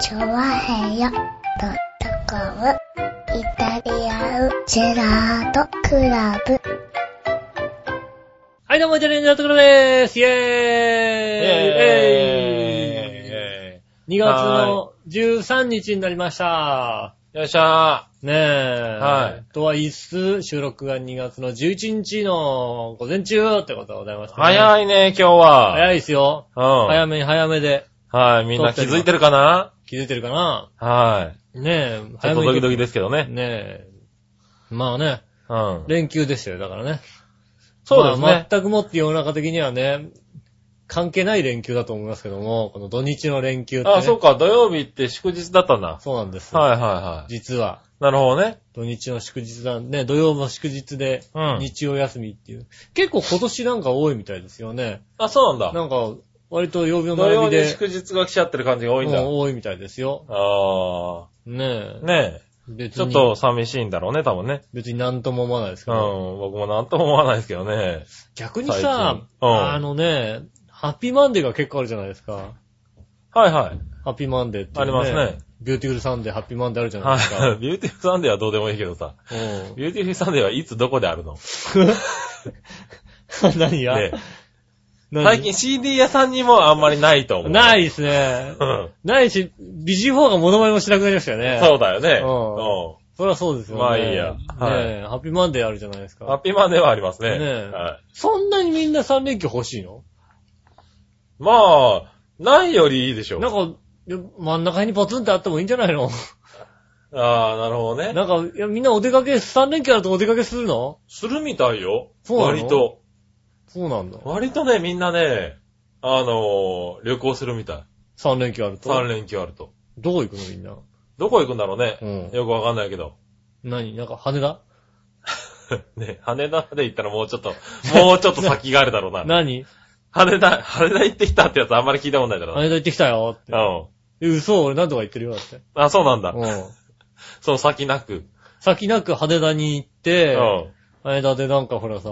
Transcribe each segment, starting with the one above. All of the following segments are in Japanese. チョワヘヨドットコムイタリアンジェラートクラブ。はい、どうも、イタリアンジェラートクラブでーすイェーイえええい !2 月の13日になりました。よっしゃねえ。はい。とは言いつつ、収録が2月の11日の午前中ってことでございましーた、い。早いね、今日は。早いですよ。うん。早めに早めではい、みんな気づいてるかな気づいてるかなはい。ねえ、ちょ早っとめドキに。ドキですけどね。ねえ。まあね、うん。連休ですよ、だからね。そうですまあね。全くもって世の中的にはね、関係ない連休だと思いますけども、この土日の連休って、ね。あ、そうか、土曜日って祝日だったんだ。そうなんです。はいはいはい。実は、なるほどね。土日の祝日だね、土曜の祝日でうん、日曜休みっていう。結構今年なんか多いみたいですよね。あ、そうなんだ。なんか、割と曜日の土並曜びにで、祝日が来ちゃってる感じが多いんだ。うん多いみたいですよ。あねあ。ねえ。え。別ちょに、っと寂しいんだろうね、多分ね。別になんとも思わないですけうんど。。僕もなんとも思わないですけどね。逆に最さ近、うんあのね、ハッピーマンデーが結構あるじゃないですか。はいはい。ハッピーマンデーっていう、ありますね。ビューティフルサンデー、ハッピーマンデーあるじゃないですか。 はい。ビューティフルサンデーはどうでもいいけどさ。うビューティフルサンデーはいつどこであるのん。 何や、ねえ何最近 CD 屋さんにもあんまりないと思う。。ないいですね。うん。ないし、美人方がモノマネもしなくなりましたよね。そうだよね。うんうそりゃそうですよね。まあいいやはいねえ、ハッピーマンデーあるじゃないですん。ハッか。ピーマンデーはありますねね。えはい。そんなにみんな3連休欲しいのまあ、ないよりいいでしょうな。んか、いや真ん中にポツンってあってもいいんじゃないのああ、なるほどね。なんか、いや、みんなお出かけ、3連休だとお出かけするのするみたいよ。そうなの割と。そうなんだ。割とね、みんなね、あのー旅行するみたい。 3連休あると。 3連休あると。どこ行くのみんな。どこ行くんだろうね。うんよくわかんないけど。 何なんか羽田ね、羽田まで行ったらもうちょっと、もうちょっと先があるだろうな。何羽田、羽田行ってきたってやつあんまり聞いたことないだろう羽田行ってきたよって。な。うん。え嘘、俺何とか言ってるよだって。あ、そうなんだ。うん。その先なく。先なく派手田に行って、うん。羽田でなんかほらさ、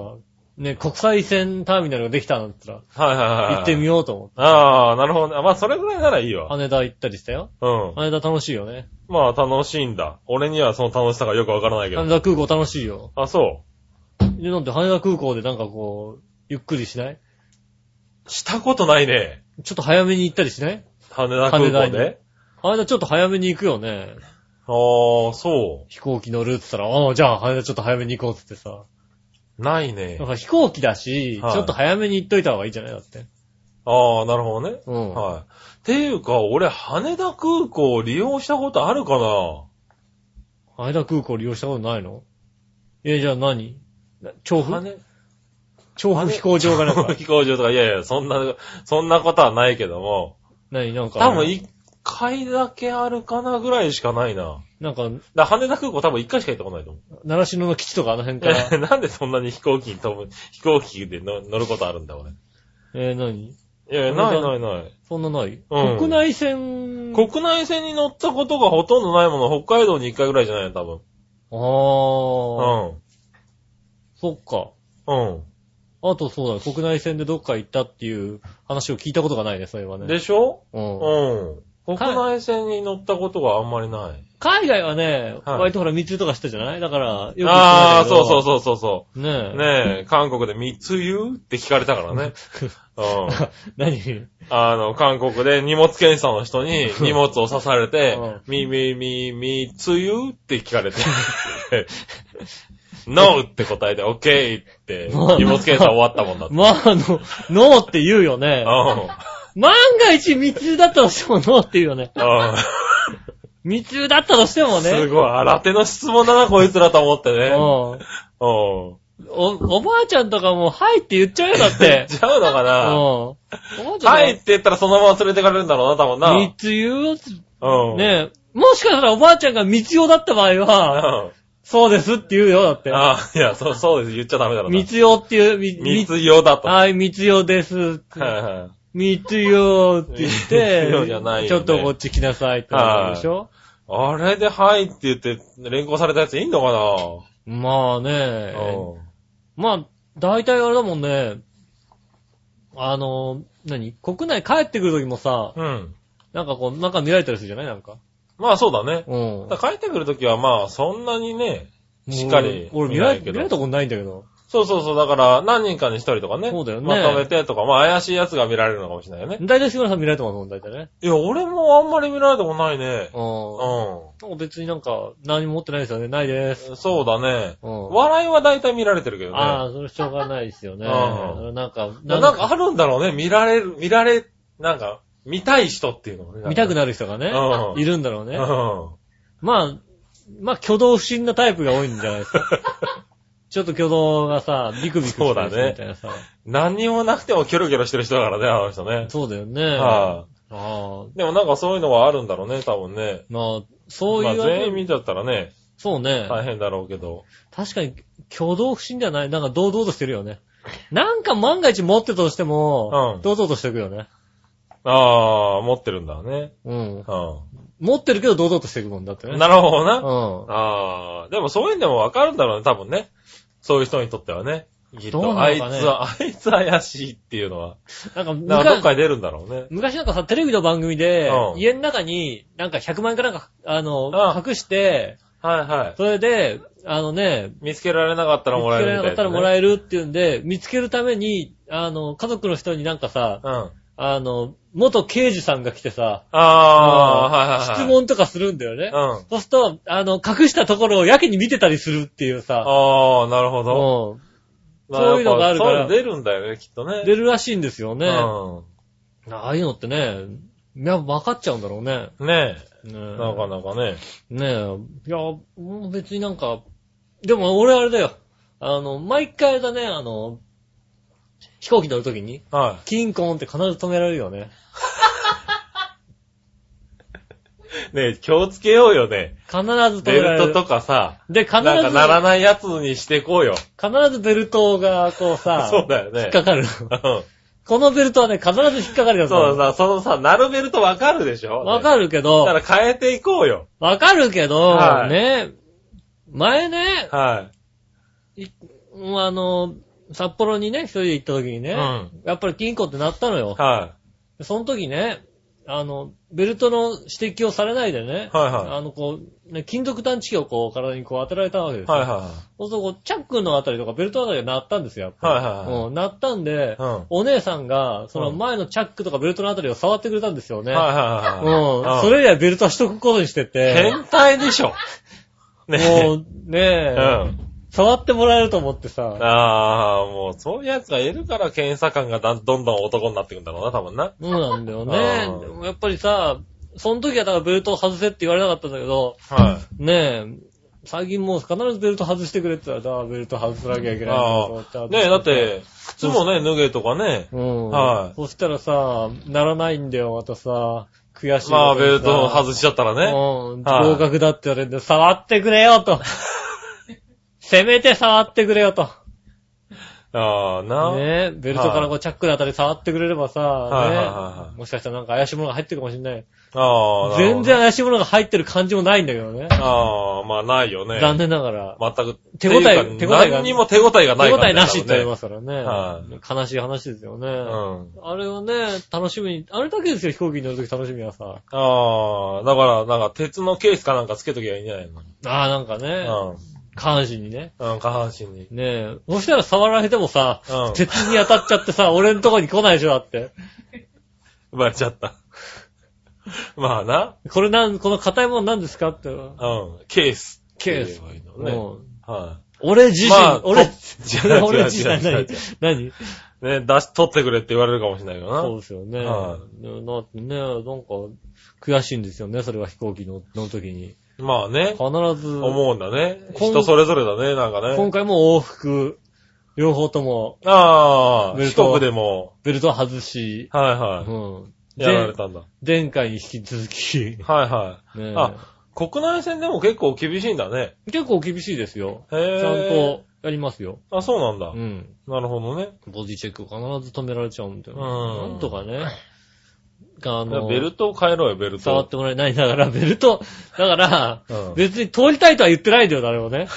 ね、国際線ターミナルができたなんて言っはいはいたはいら、。行ってみよようと思って。う。ああ、なるほどね。まあ、それぐらいならいいわ。羽田行ったりしたよ。うん。羽田楽しいよね。まあ、楽しいんだ。俺にはその楽しさがよくわからないけ羽ど。田空港楽しいよ。あ、そ。で、なんで羽田空港でなんかこう、ゆっくりしないうしたことないね。ちょっと早めに行ったりしない羽田空港で。羽田ちょっと早めに行くよね。ああ、そ飛行機乗るって言ったら、ああ、じゃあ羽田ちょっと早めに行こうって言ってさ。う。ないねなん。か飛行機だし、はいちょっと早めに行っといた方がいいんじゃないだって。ああ、なるほどね。うん。はい。っていうか、俺、羽田空港を利用したことあるかな羽田空港利用したことないのえ、じゃあ何な調布羽調布飛行場がなんか田。飛行場とか、いやいや、そんな、そんなことはないけども。何なんか。多分、一回だけあるかなぐらいしかないな。なんか、だから羽田空港多分一回しか行ったことないと思う。習志野の基地とかあの辺から。え なんでそんなに飛行機に飛ぶ、飛行機での乗ることあるんだ、俺。いえー、何やいや、ないないない。そんなない、うん国内線。国内線に乗ったことがほとんどないもの、北海道に一回ぐらいじゃないの、多あー、分。そっか。うん。うあとそうだ、国内線でどっか行ったっていう話を聞いたことがないね、それはね。ん。でしょうんうん。国内線に乗ったことがあんまりない。海外はね、はい割とほら密輸とかしたじゃないだから、よく行ってああ、そうそううそうそうそそう。ねう。え。ねえ、韓国で密輸って聞かれたから ね。うん。 何 あの、韓国で荷物検査の人に荷物を刺されてうん、み、み、み、み、つゆって聞かれて、 ノーって答えて、オッケーって、荷物検査終わったもんだって。まあ、あの、ノーって言うよね。う万が一密輸だったとしてもノーって言うよね。ん。うん。密輸だったとしてもね。すごい、新手の質問だな、こいつらと思ってうん。ね。うん。お、おばあちゃんとかも、はいって言っちゃうよ、だ って。ちゃうのかうん。なおばあちゃんはいって言ったらそのまま連れてかれるんだろうな、多分な。密輸うん。ねえ。もしかしたらおばあちゃんが密輸だった場合うは、ん。そうですって言うよ、だって。あいや、そう、そうです。言っちゃダメだろうな。密輸っていう、み密用だと。ははい、密輸です。いはい。密輸って言っ 密輸じゃないて、よねちょっとこっち来なさいってなるでしょあれではいって言って連行されたやついんのかまあなね。うんまあ、大体あれだもんね。あの、何国内帰ってくるときもさ、うん。なんかこう、なんか見られたりするじゃないなんか。まあそうだね。うん。だから帰ってくるときはまあ、そんなにね、しっかり俺見見ならいれ、けど見られたことないんだけど。そうそうそう、だから何人かに一人とかね。そうだよねまとめてとか、まあ怪しい奴が見られるのかもしれないよね。大体杉村さん見られたもん、大体ね。いや、俺もあんまり見られたことないね。うん。うなんか別になんか、何も持ってないですよね。ないです。ん。そうだね。うん。笑いは大体見られてるけどね。ああ、それしょうがないですよね。うなんか、ななんかあるんだろうね。見られる、見られ、なんか、見たい人っていうのもね。見たくななる人がね、うんいるんだろういね。うん。まあ、まあ、挙動不審なタイプが多いんじゃないです か。ちょっと挙動がさ、ビクビクしてる人みたいなさ。何にもなくてもキョロキョロしてる人だからね、あの人ね。そうだよね。はああ。い。でもなんかそういうのはあるんだろうね、多分ね。まあ、そうまいあう、全員見ちゃったらね、そうね、大変だろうけど。確かに、挙動不審じゃない。なんか堂々としてるよね。なんか万が一持ってたとしても、うん堂々としてくよね。ああ、持ってるんだね。うん。う持ってるけど堂々としていくもんだってね。ん。なるほどな。うん。ああ、でもそういうのもわかるんだろうね、多分ね。そういう人にとってはね。きっどうと、なあのいつかねは、あいつ怪しいっていうのは。なんかなんかどっ昔、かに出るんだろうね。昔なんかさ、テレビの番組で、うん家の中に、なんか100万円かなんか、あの、あ隠して、はいはい。それで、あのね、見つけられなかったら見もつらけえられるなかみたっいたな、らね。もらえるっていうんで、見つけるために、あの、家族の人になんかさ、うん。あの、元刑事さんが来てさ、ああー、はいはいはい。質。問とかするんだよね。うん。そうすると、あの、隠したところをやけに見てたりするっていうさ、ああ、なるほど。うんまそういうのがあるからやっぱそういうの出るんだよね、きっとね。出るらしいんですよね。うああいうのってね、いや、分かっちゃうんだろうね。ん。ねねえ。なかなかね。ねえ。いや、もう別になんか、でも俺あれだよ。あの、毎回だね、あの、飛行機乗るときに、はキンコーンって必ず止められるよね。い。ねえ、気をつけようよね。必ず止めベらルれトる。とかさ。で、必ず、なんかならないやつにしてこうよ。必ずベルトがこうさ、 そうだよね引っかかる。うん。このベルトはね、必ず引っかかるやつなのそうださ、そのさ、なるベルトわかるでしょわる。かるけだかど、ら変えていこうよ。わかるけど、はいね、前ね、はいあの、札幌にね、一人で行った時にい。ね、うん。やっぱり金庫ってなったのよ。はその時ね、あの、ベルトの指摘をされないでね、はいはいあの、こう、ね、金属探知機をこう、体にこう当てられたわけでい。すよ。はいい。はそうするとこう、チャックのあたりとかベルトのあたりが鳴ったんですよ、やっぱり。はいはいはいうん、鳴ったんで、うんお姉さんが、そのうん前のチャックとかベルトのあたりを触ってくれたんですよい。ね。はいはいはいはうん。い。それ以来ベルトはしとくことにしてて、変態でしょ。ねもう、ねえ、うん。触ってもらえると思ってさ、ああ、もう、そういう奴がいるから検査官がだんどんどん男になってくんだろうな、多分な。そうなんだようんね。でもやっぱりさ、その時はだからベルトを外せって言われなかったんだけど、はねえ、最近もう必ずベルト外してくれって言ったら、だからベルト外さなきゃいけないい。んだと思あってあ。ねえ、だっ、て、靴もね、脱げとかね。うん。はいそしたらさ、ならないんだよ、またさ、悔しいことにさ。まあ、ベルトを外しちゃったらね。うん、はい合格だって言われて、触ってくれよ と。せめて触ってくれよと。ああ、な。ねえ、ベルトからこうチャックのあたり触ってくれればはいはいはいさは、いねもしかしたらなんか怪しいものが入ってるかもしれない。ああ、なるほど全然。怪しいものが入ってる感じもないんだけどね。ああ、まあ、ないよね。残念ながら。全く。手応えっていう手応かえが何にも手応えがな手い応から。えなしって言われますすからね。は悲しい話ですよね。多分ねうん。あれをね、楽しみに、あれだけですよ、飛行機に乗るとき楽しみはさ。ああ、だから、なんか、鉄のケースかなんかつけときゃいいんじゃないのああ、なんかね、下半身にね。うん。うん、下半身に。ねえ、そしたら触られてもさ、うん鉄に当たっちゃってさ、俺のとこに来ないでしょ、だって。バレちゃった。 まあな。これなん、この硬いものなんですかって。うん。ケース。ケースって言えばいいのね。もうは俺自身、まあ俺と、違う違う俺自身違う違何う何い。ね、出し、取ってくれって言われるかもしれないけそうどですよね。だはってね、なんか、悔しいんですよね、それは飛行機の乗るときに。な。まあね。必ず、思うんだね。こん人それぞれだね、なんか今ね。回も往復、両方ともああ、ベル四ト国でも、ベルトは外し、はいうはん。い。やられ前たんだ。前回に引き続 き、はいはねい。あ、国内線でも結構厳しいんだね。結構厳しいですよ。へちえ。ゃんとやりますよ。と。あ、そうなんうだ。ん。なるほどね。ボディチェックを必ず止められちゃうんだよ。うんなんとかね。あの、ベルトを変えろよ、ベル触っト。てもらえない。だから、ベルト、だから、うん別に通りたいとは言ってないんだよ、誰も ね。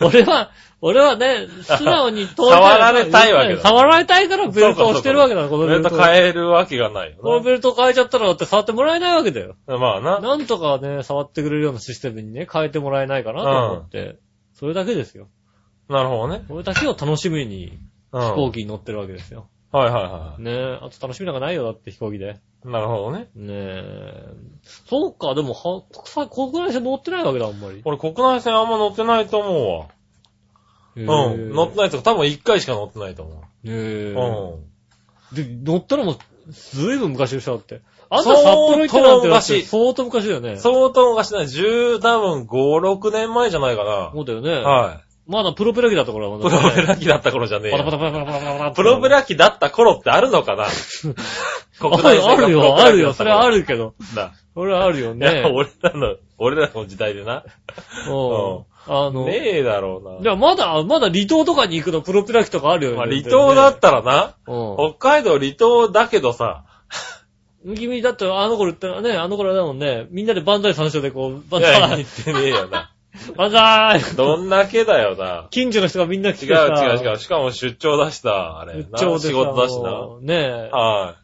俺は、俺はね、素直に通りたい。触られたいわけだ触られたいからベルトを押してるわけだ、このベベルルトトを。変えるわけがないこのよベルト変えちゃったらだって触ってもらえないわけだよ。な。まあな。なんとかね、触ってくれるようなシステムにね、変えてもらえないかなと思って、それだけですよ。なるほどね。それだけを楽しみにうん。飛行機に乗ってるわけですよ。はいはいはねえ、あと楽しみなんかないよ、だって飛行機で。い。なるほどね。ねえ。そうか、でもは、国際、国内線乗ってないわけだ、あんまり。俺国内線あんま乗ってないと思ううわ。うん。乗ってないとか多分一回しか乗ってないと思ねえう。。うん。で、乗ったのも、ずいぶん昔でしょ、だって。あんた相札当幌行ってなんてだって昔相当昔だよね。そ相当昔ない。10、多分5、6年前じゃないかな。うだよね。はい。まだプロペラ機だった頃はまプだねロペラ機だった頃じゃねえパタパよ。タパタパタパタパタプロペラ機だった頃ってあるのか な国ある内線があるプロよ、ペラある機だよ。ったそ頃れはあるけど。なそれはあるよいや、ね。俺らの、俺らの時代でな。うん。あの、ねえだろうな。でもまだ、まだ離島とかに行くのプロペラ機とかあるよね。まあ、離島だったらな、う北海道離島だけどさ、ん。君だってあの頃言ったらね、あの頃だもんね、みんなでバンザイ三章でこう、バンいやザ言イ、ってねえよな。バンザイどんだけだよ な。近所の人がみんな来違てうさ違う違う。しかも出張だしさ、あれ。出張でさ仕事だしな。もうねえ。は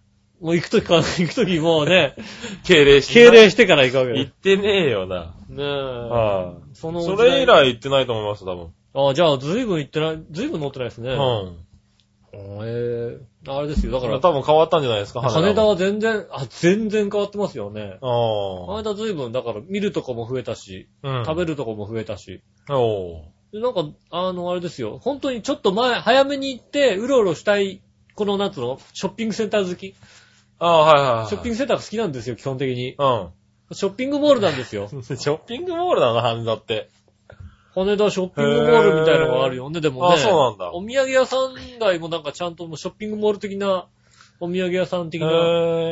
もう行くときから、 行くときもうね、い。敬礼してな。敬礼してから行くわけだよ行ってねえよな。ねえ。はそのい。時そ代れ以。来行ってないと思います、多分。あじゃあ、ずいぶん行ってない、ずいぶん乗ってないですね。うん。ええあれですよ。だだかからら、多分変わったんじゃないですか、羽田は。は全然、あ、全然変わってますよね。あ羽田ずいぶん、だから、見るとこも増えたし、あ。うん。食べるとこも増えたし。おうでなんか、あの、あれですよ。本当にちょっと前、早めに行って、うろうろしたい、この、なんつうの、ショッピングセンター好き。シああ、はいはいはい。ョッピングセンターが好きなんですよ、基本的に。うショッピングモールなんですよ。ん。ショッピングモールだな、羽田って。羽田ショッピングモールみたいのがあるよね、でもね。あそうなんだお土産屋さん街もなんかちゃんともうショッピングモール的な、お土産屋さん的な。へ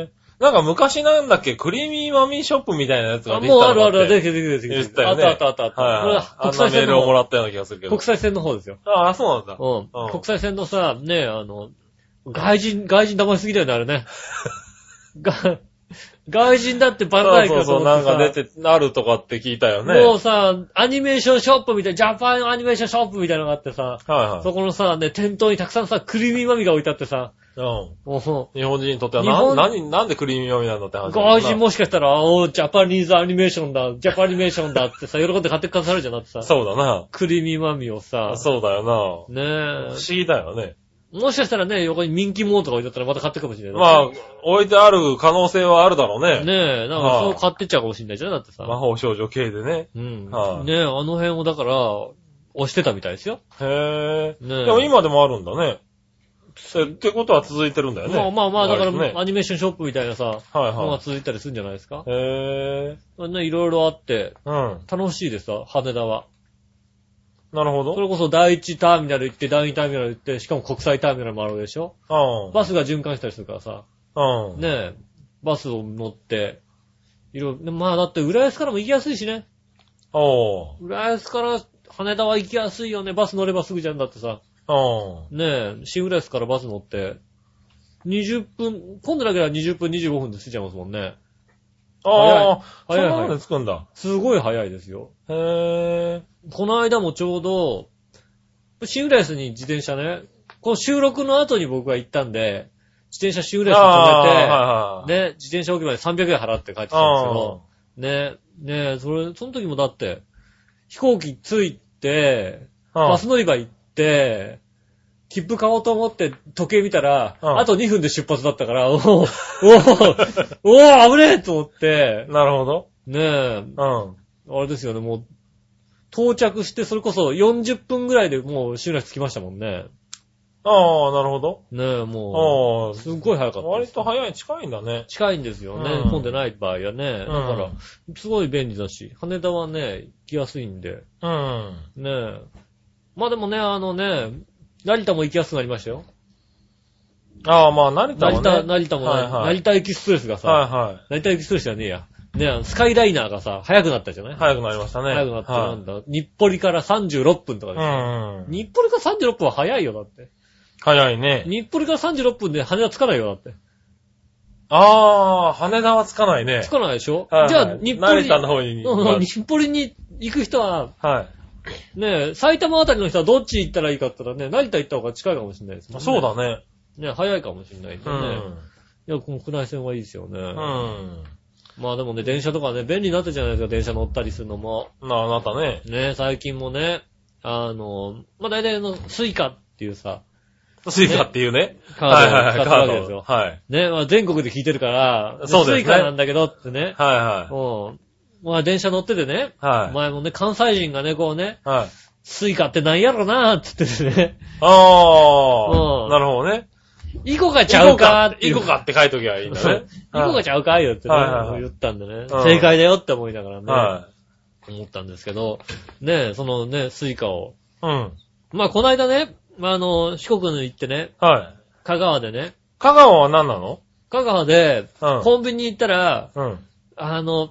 え。なんか昔なんだっけ、クリーミーマミーショップみたいなやつがあできたもうあるあるある、ででききてるできてる言できったてる。あよっねたあったあったあった。これはいは。あ国ん際なメー線ルのをも方。らったような気がするけど国。際線の方ですよ。ああ、そうなんだ。う。うんん国際線のさ、ね、あの、外人、外人騙しすぎだよね、あれ ね。が外人だってバカイクそうだそとうそう、思なっんかてさ出て、なるとかって聞いたよね。もうさ、アニメーションショップみたいな、ジャパンアニメーションショップみたいなのがあってさ、はいはい。そこのさ、ね、店頭にたくさんさ、クリーミーマミが置いてあってさ、うん。もう日本人にとっては日本な、何、なんでクリーミーマミなんだって話。外人もしかしたら、おージャパニーズアニメーションだ、ジャパニメーションだってさ、 喜んで買ってくださるじゃなくてさ、そうだな。クリーミーマミをさ、そうだよねな。え不思、議だよね。もしかしたらね、横にミンキモーとか置いてあったらまた買ってくかもしれない。まあ、置いてある可能性はあるだろうね。ねえ、なんかはいそう買ってっちゃうかもしれないじゃん、だって魔さ。法少女系でね。うん。はいねえ、あの辺をだから、押してたみたいですよ。へえ。ねえでも今でもあるんだね。えってことは続いてるんだよね。まあまあまあ、だから、割とねアニメーションショップみたいなさ、はいのがは続いたりするんじゃないですかい。。へえ。ね、いろいろあって、うん。楽しいですわ、羽田は。なるほそど。れこそ第一ターミナル行って、第二ターミナル行って、しかも国際ターミナルもあるでしょうバスが循環したりするからさ、ん。うん。ねえ、バスを乗って、いろいろ、まあだって浦安からも行きやすいしね。おう。浦安から羽田は行きやすいよね。バス乗ればすぐじゃんだってさ、おう。ねえ、新浦安からバス乗って、20分、今度だけは20分25分で着いちゃいますもんね。ああ、そ早いん早いなまでつくんだ。すごい早いですよ。へえ。この間もちょうど、新浦安に自転車ね、この収録の後に僕が行ったんで、自転車新浦安に止めて、ああ、はいはい。ね、自転車置き場で300円払って帰ってきたんですけど、ね、ね、それ、その時もだって、飛行機着いて、うんバス乗り場行って、切符買おうと思って時計見たら、うんあと2分で出発だったから、おおおぉ、おぉ、危ねえと思って、なるほど。ねえ、うん。あれですよね、もう、到着してそれこそ40分ぐらいでもう集落着きましたもんね。ああ、なるほど。ねえ、もあう、すっごい早かあ、ったで割す。と早い、近いんだね。近いんですよね。うん混んでない場合はね。だから、すごい便利だし、羽田はね、行きやすいんで、うん。ねえ。まあでもね、あのね、成田も行きやすくなりましたよ。ああ、まあ、成田成も田、ね。成田もね、はいはい成田駅スプレスがさ、はいは成田駅スプレスじゃねえや。ねえ、スカイライナーがさ、早くなったじゃないい。早くなりましたね。早くなった、はないんだ。日暮里から36分とかですよ。うんうん。日暮里から36分は早いよ、だって。早いね。日暮里から36分で羽田着かないよ、だって。ああ、羽田はつかないねつ。かないでしょ、はいはいじゃあ、日暮成里田の方に。うん 日暮里に行く人は、はい。ねえ、埼玉あたりの人はどっち行ったらいいかって言ったらね、成田行った方が近いかもしれないですもんね。そう。だね。ね、早いかもしれないけうどね。ん。いや、この国内線はいいですよね。うん。まあでもね、電車とかね、便利になったじゃないですか、電車乗ったりするのも。なあ、なたね。ね、最近もね、あの、まあ大体あの、スイカっていうさ、スイカっていうね。カードを使っはいてるはわいけはい、ですカード。よ。はい。ね、まあ全国で聞いてるから、そうですねスイカなんだけどってね。はいはうん。まあ電車乗っててね、い。は前もね、関西人がね、こうね、い。はい。スイカってなんやろなーって言ってて ね、あうあ、んなるほどね。イコがちゃうかーっていイう。コかって書いときゃいいんだそねう。イコがちゃうかーよってねはいはいはい言ったんでね、ん正解だよって思いながらね、は思ったんですけど、ね、そのね、スイカを。い。うん。まあ、この間ね、まあ、あの、四国に行ってね、はい。香川でね、香川は何なの香川で、うんコンビニ行ったら、うん。あの、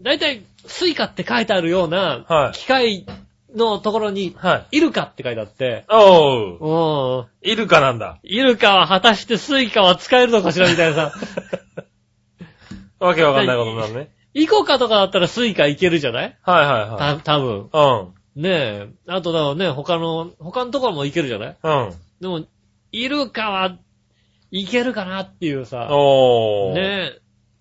だいたいスイカって書いてあるような、はい。機械のところに、はい。イルカって書いてあって、おう、うん、イルカなんだ。イルカは果たしてスイカは使えるのかしらみたい なさ、わけわかんないことになるね。イコカとかだったらスイカいけるじゃないはいはいはた、い。多分。うん。ねえ。あとだろうね、他の、他のところもいけるじゃないうん。でも、イルカは、いけるかなっていうさ、おー。ねえ、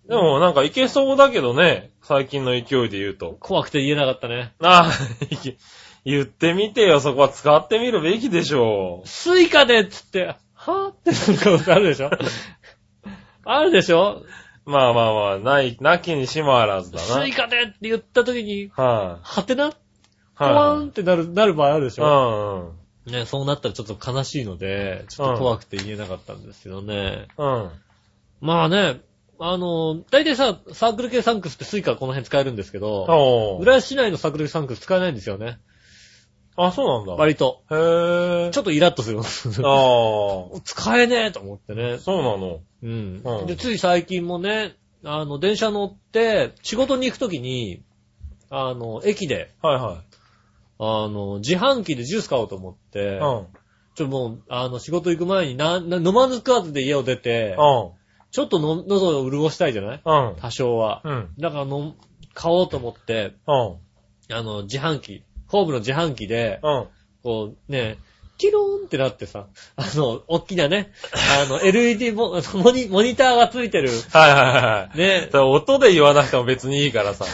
でもなんかいけそうだけどね。最近の勢いで言うと。怖くて言えなかったね。あ あ、いけ言ってみてよ、そこは使ってみるべきでしょスイカでっつって、はぁってすることあるで しょあるでしょう。まあまあまあ、ない、なきにしもあらずだな。スイカでって言った時に、はい、はてなポワはーンい、ってなる、なる場合あるでしょうんうん。ね、そうなったらちょっと悲しいので、ちょっと怖くて言えなかったんですけどね。うん。まあね、あの、大体さ、サークル系サンクスってスイカこの辺使えるんですけど、おー。浦安市内のサークル系サンクス使えないんですよね。あ、そうなんだ。割と。へぇー。ちょっとイラッとする。ああ。 使えねえと思ってね。そうなの。うんう。んで、つい最近もね、あの、電車乗って、仕事に行くときに、あの、駅で、はいはあの、自販機でジュース買おうと思ってい。、うちょ、もう、あの、仕事行く前にな、な飲まず食わずで家を出て、ん。ちょっとの、喉を潤したいじゃないうん。うん。多少は。うん。だからの、買おうと思って、うん。あの、自販機、ホームの自販機で、うん。こうね、キローンってなってさ、あの、おっきなね、あ の、LED モ モニモニターがついてる、はいはいはいはい。ねだ、から音で言わなくても別にいいから さ。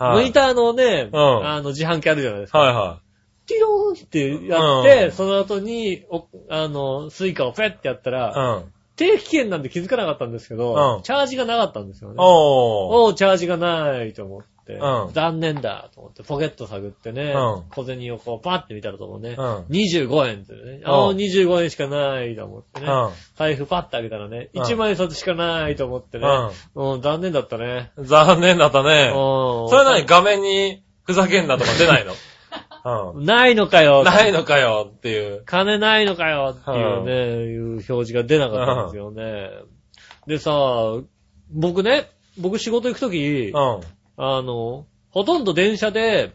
モニーターのね、うんあの、自販機あるじゃないですか。はいはキローンってやって、うんその後に、おあの、スイカをペッてやったい。ら、うん。定期券なんて気づかなかったんですけど、うんチャージがなかったんですよね。おー。おう、チャージがないと思って、うん残念だと思って、ポケット探ってね、うん小銭をこうパッて見たらともね、うん25円ってね、ああ、うん25円しかないと思ってうね、ん。うん財布パッて開けたらね、うん1万円札しかないと思ってね、うん、残念だったね。うん。残念だったうんね。それは何画面にふざけんなとか出 ないのうないのかよん。ないのかよっていう。金ないのかよっていうね、いう表示が出なかったんですよね。でさ、僕ね、僕仕事行くときう、ん。あの、ほとんど電車で、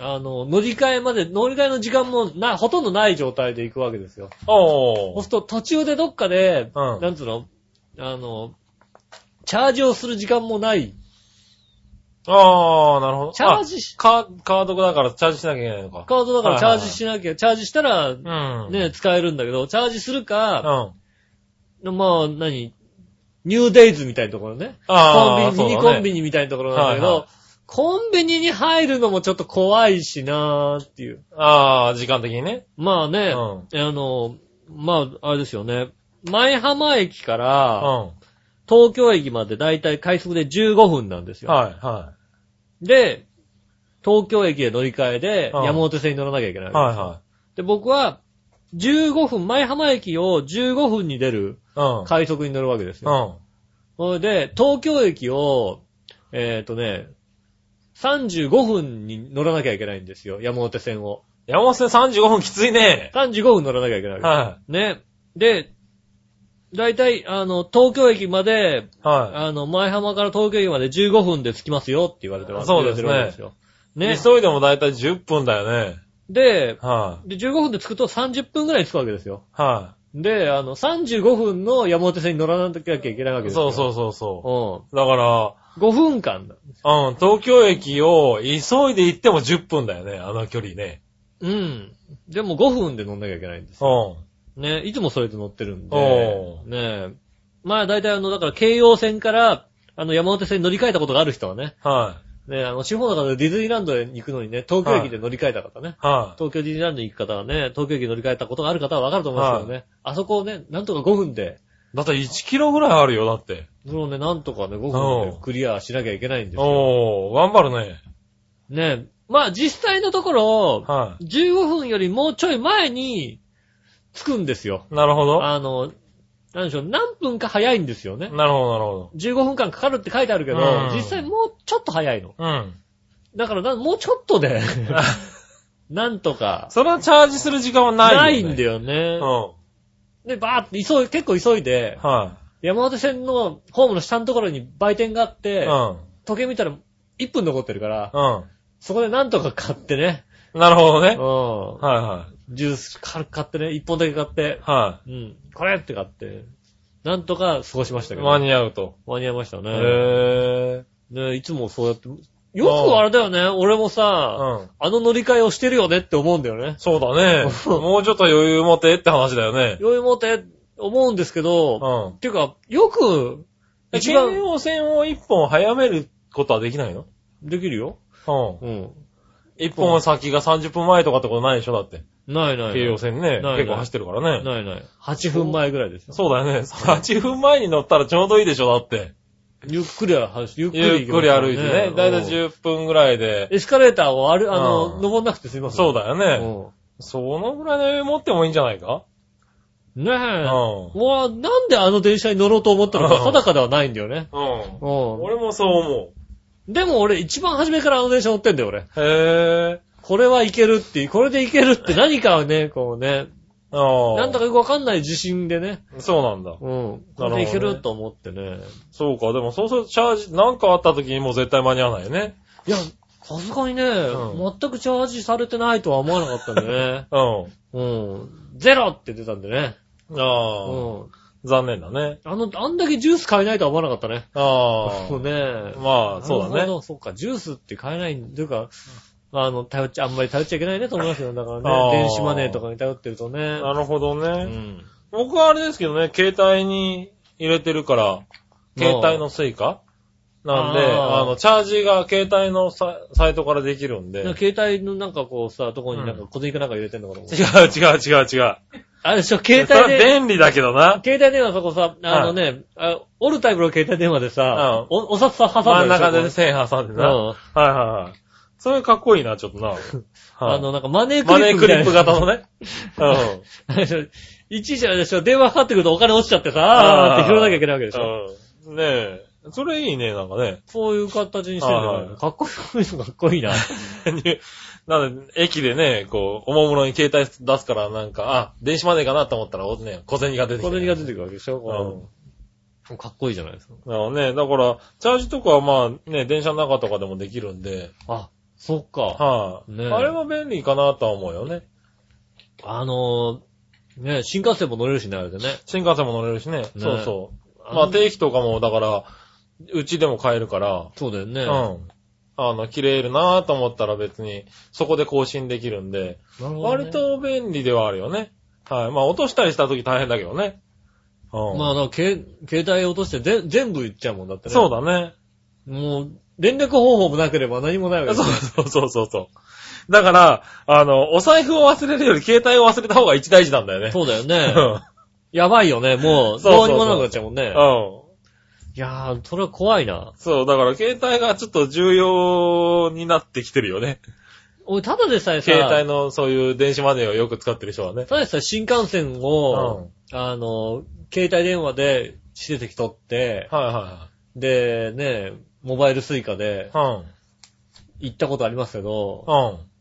あの、乗り換えまで、乗り換えの時間もな、ほとんどない状態で行くわけですよ。そおうー。すると途中でどっかで、うんなんつうの、あの、チャージをする時間もない。あー、なるほど。チャーあジし、カカードだからチャージしなきゃいけないのか。カードだからはいチはいはャいージしなきゃ、チャージしたら、うん。ね、使えるんだけど、チャージするうん。か、あまあ、何、ニューデイズみたいなところね。コあンー、ビニ、ミニそうコだンねビニみたいなところなんだけど、はいはいコンビニに入るのもちょっと怖いしなーっていう。ああ、時間的にね。まあうね、ん。あの、まあ、あれですよね。前浜駅かうら、ん。東京駅までだいたい快速で15分なんですよ。はい、はで、東京駅で乗り換えで、うん山手線に乗らなきゃいけないい。わけですはい、よ。はで、僕は、15分、前浜駅を15分に出るい。うん。快速に乗るわけですうよ。ん。それで、東京駅を、えっ、とね、35分に乗らなきゃいけないんですよ、山手線を。山本さん35分きついね。 35分乗らなきゃいけないわけですはね。で、だいたい、あの、東京駅まで、い。はあの、前浜から東京駅まで15分で着きますよって言われてます。そうですね言われてるわい。けですよ。ね。急いでもだいたい10分だよね。で、はで、15分で着くと30分くらい着くわけですよ。い。はで、あの、35分の山手線に乗らなきゃいけないわけですそううそうそうそ。そうだから、う。うん。5分間だ。うん、東京駅を急いで行っても10分だよね、あの距離ね。うん。でも5分で乗んなきゃいけないんですよ。うん。ね、いつもそれで乗ってるんで、おね、まあ大体あの、だから京葉線から、あの、山手線に乗り換えたことがある人はね、はね、あの、地方の方でディズニーランドへ行くのにね、東京駅で乗り換えた方ね、い。は東京ディズニーランドに行く方はね、東京駅に乗り換えたことがある方はわかると思うんですけどね、あそこをね、なんとか5分で、い。だって1キロぐらいあるよ、だって。それをね、なんとかね、5分でクリアしなきゃいけないんですよ。おー、頑張るね。ね、まあ実際のところ、は15分よりもうちょい前に着くんですよ。い。なるほど。あの、なんでしょう、何分か早いんですよね。なるほど、なるほど。 15分間かかるって書いてあるけど、うん実際もうちょっと早いの。うん。だからな、もうちょっと で、なんとか、それはチャージする時間はない、ないんだよよねね。。うで、バーって急い、結構急いでん。、は山手線のホームの下のところに売店があっい。てう、ん。時計見たら1分残ってるから、うそこでなんとか買ってね、ん。なるほどうね。ん、はいはい。ジュース軽く買ってね、1本だけ買って、はうん、これって買って、なんとか過ごしましたい。け間ど、に合うと。間に合いましたね。へね、いつもそうやって、よくあれだよね、俺もぇー。さ、うん。あの乗り換えをしてるよねって思うんだよね。そう だね。もうちょっと余裕持てって話だよね。余裕持って思うんですけど、うっていうか、よく、ん。一一番番。京王線を一本早めることはできないのできるよ。ううん。ん。一本先が30分前とかってことないでしょだって。ないないない。京王線ね。ない結構走ってるからね。ないない。8分前ぐらいですよ。そうだよね。8分前に乗ったらちょうどいいでしょだ って。ゆっくり走ゆっくりゆっ行けくります歩いてね。だいたいうん10分ぐらいで。エスカレーターをある、あの、うん登んなくてすいません。そうだよね。よ。そのぐらいの余裕持ってもいいんじゃないかねえ。うわん。あ、なんであの電車に乗ろうと思ったのかうん定かではないんだよね。うん。う俺もそう思ん。でも俺一番初めからあの電車乗ってんだよ、俺。う。へぇー。これはいけるっていう、これでいけるって何かをね、こうね、ああ。なんだかよくわかんない自信でね、そうなんだ。うん。こなるほどれでねいけると思ってね。そうか。でもそうするとチャージ、なんかあった時にもう絶対間に合わないよね。いや、さすがにね、う。全くチャージされてないとは思わなかったんでね うん。うん。ゼロって出たんでね。うああ。ん。残念だね。あの、あんだけジュース買えないとは思わなかったね。あそうねあ。。まあ、そうなだるほね。どそうか、ジュースって買えない、というか、あの、頼っちゃ、あんまり頼っちゃいけないねと思いますよ。だからあね、ー電子マネーとかに頼ってるとね。なるほどうね。ん。僕はあれですけどね、携帯に入れてるから、携帯のスイカなんで、あーあの、チャージが携帯のササイトからできるんで。違なんうか携帯のなんかこうさ、とこになんかうん小銭かなんか入れてんのかと思う。 違う違う違う。あれでしょ、携それは帯で。便利だけどな。携帯電話そこさ、あのね、あ折るタイプの携帯電話でさ、うおお札さ挟んだ真んりしょ中で線挟んでこうな。うはいんはいはい。それかっこいいな、ちょ っとな。はいあの、なんかマネークマリネッープみクリたいッなプ型のね。う ん。あれでしょいちいちあれでしょ、電話かかってくるとお金落ちちゃってさ、あーって拾わなきゃいけないわけでしょ。うん。ねえ。それいいね、なんかね。 そういう形にしてるはいはのいかっこいい、かっこいいな。なんで、駅でね、こう、おもむろに携帯出すから、なんか、あ、電子マネーかなと思ったら、おね、小銭が出てき小て、銭が出ててくるわけでしょ。うんかっこいいじゃないですか。うん。ね、だから、チャージとかはまあ、ね、電車の中とかでもできるんで、あ、そっか。はい、ねえあれは便利かなとは思うよね。あのー、ね、新幹線も乗れるしね、あれでね。新幹線も乗れるしね。そうそう。まああの定期とかも、だから、うちでも買えるから、そうだよね。うん。あの、切れるなぁと思ったら別に、そこで更新できるんで、なるほどね割と便利ではあるよね。はい。まあ、落としたりした時大変だけどね。うん。まあ、なんかけ携帯落としてぜ全部いっちゃうもんだってね。そうだね。もう、連絡方法もなければ何もないわけそうねそうそうそうそう。だから、あの、お財布を忘れるより携帯を忘れた方が一大事なんだよね。そうだようね。んやばいよね。もう、そうどそううそうにもなくなっちゃうもんね。 うん。いやー、それは怖いな。そう、だから携帯がちょっと重要になってきてる よね。俺、ただでさえさ、携帯のそういう電子マネーをよく使ってる人はね。ただでさえ新幹線を、あの、携帯電話で指定席取って、はいはで、ね、モバイルスイカでいはい。行ったことありますけど、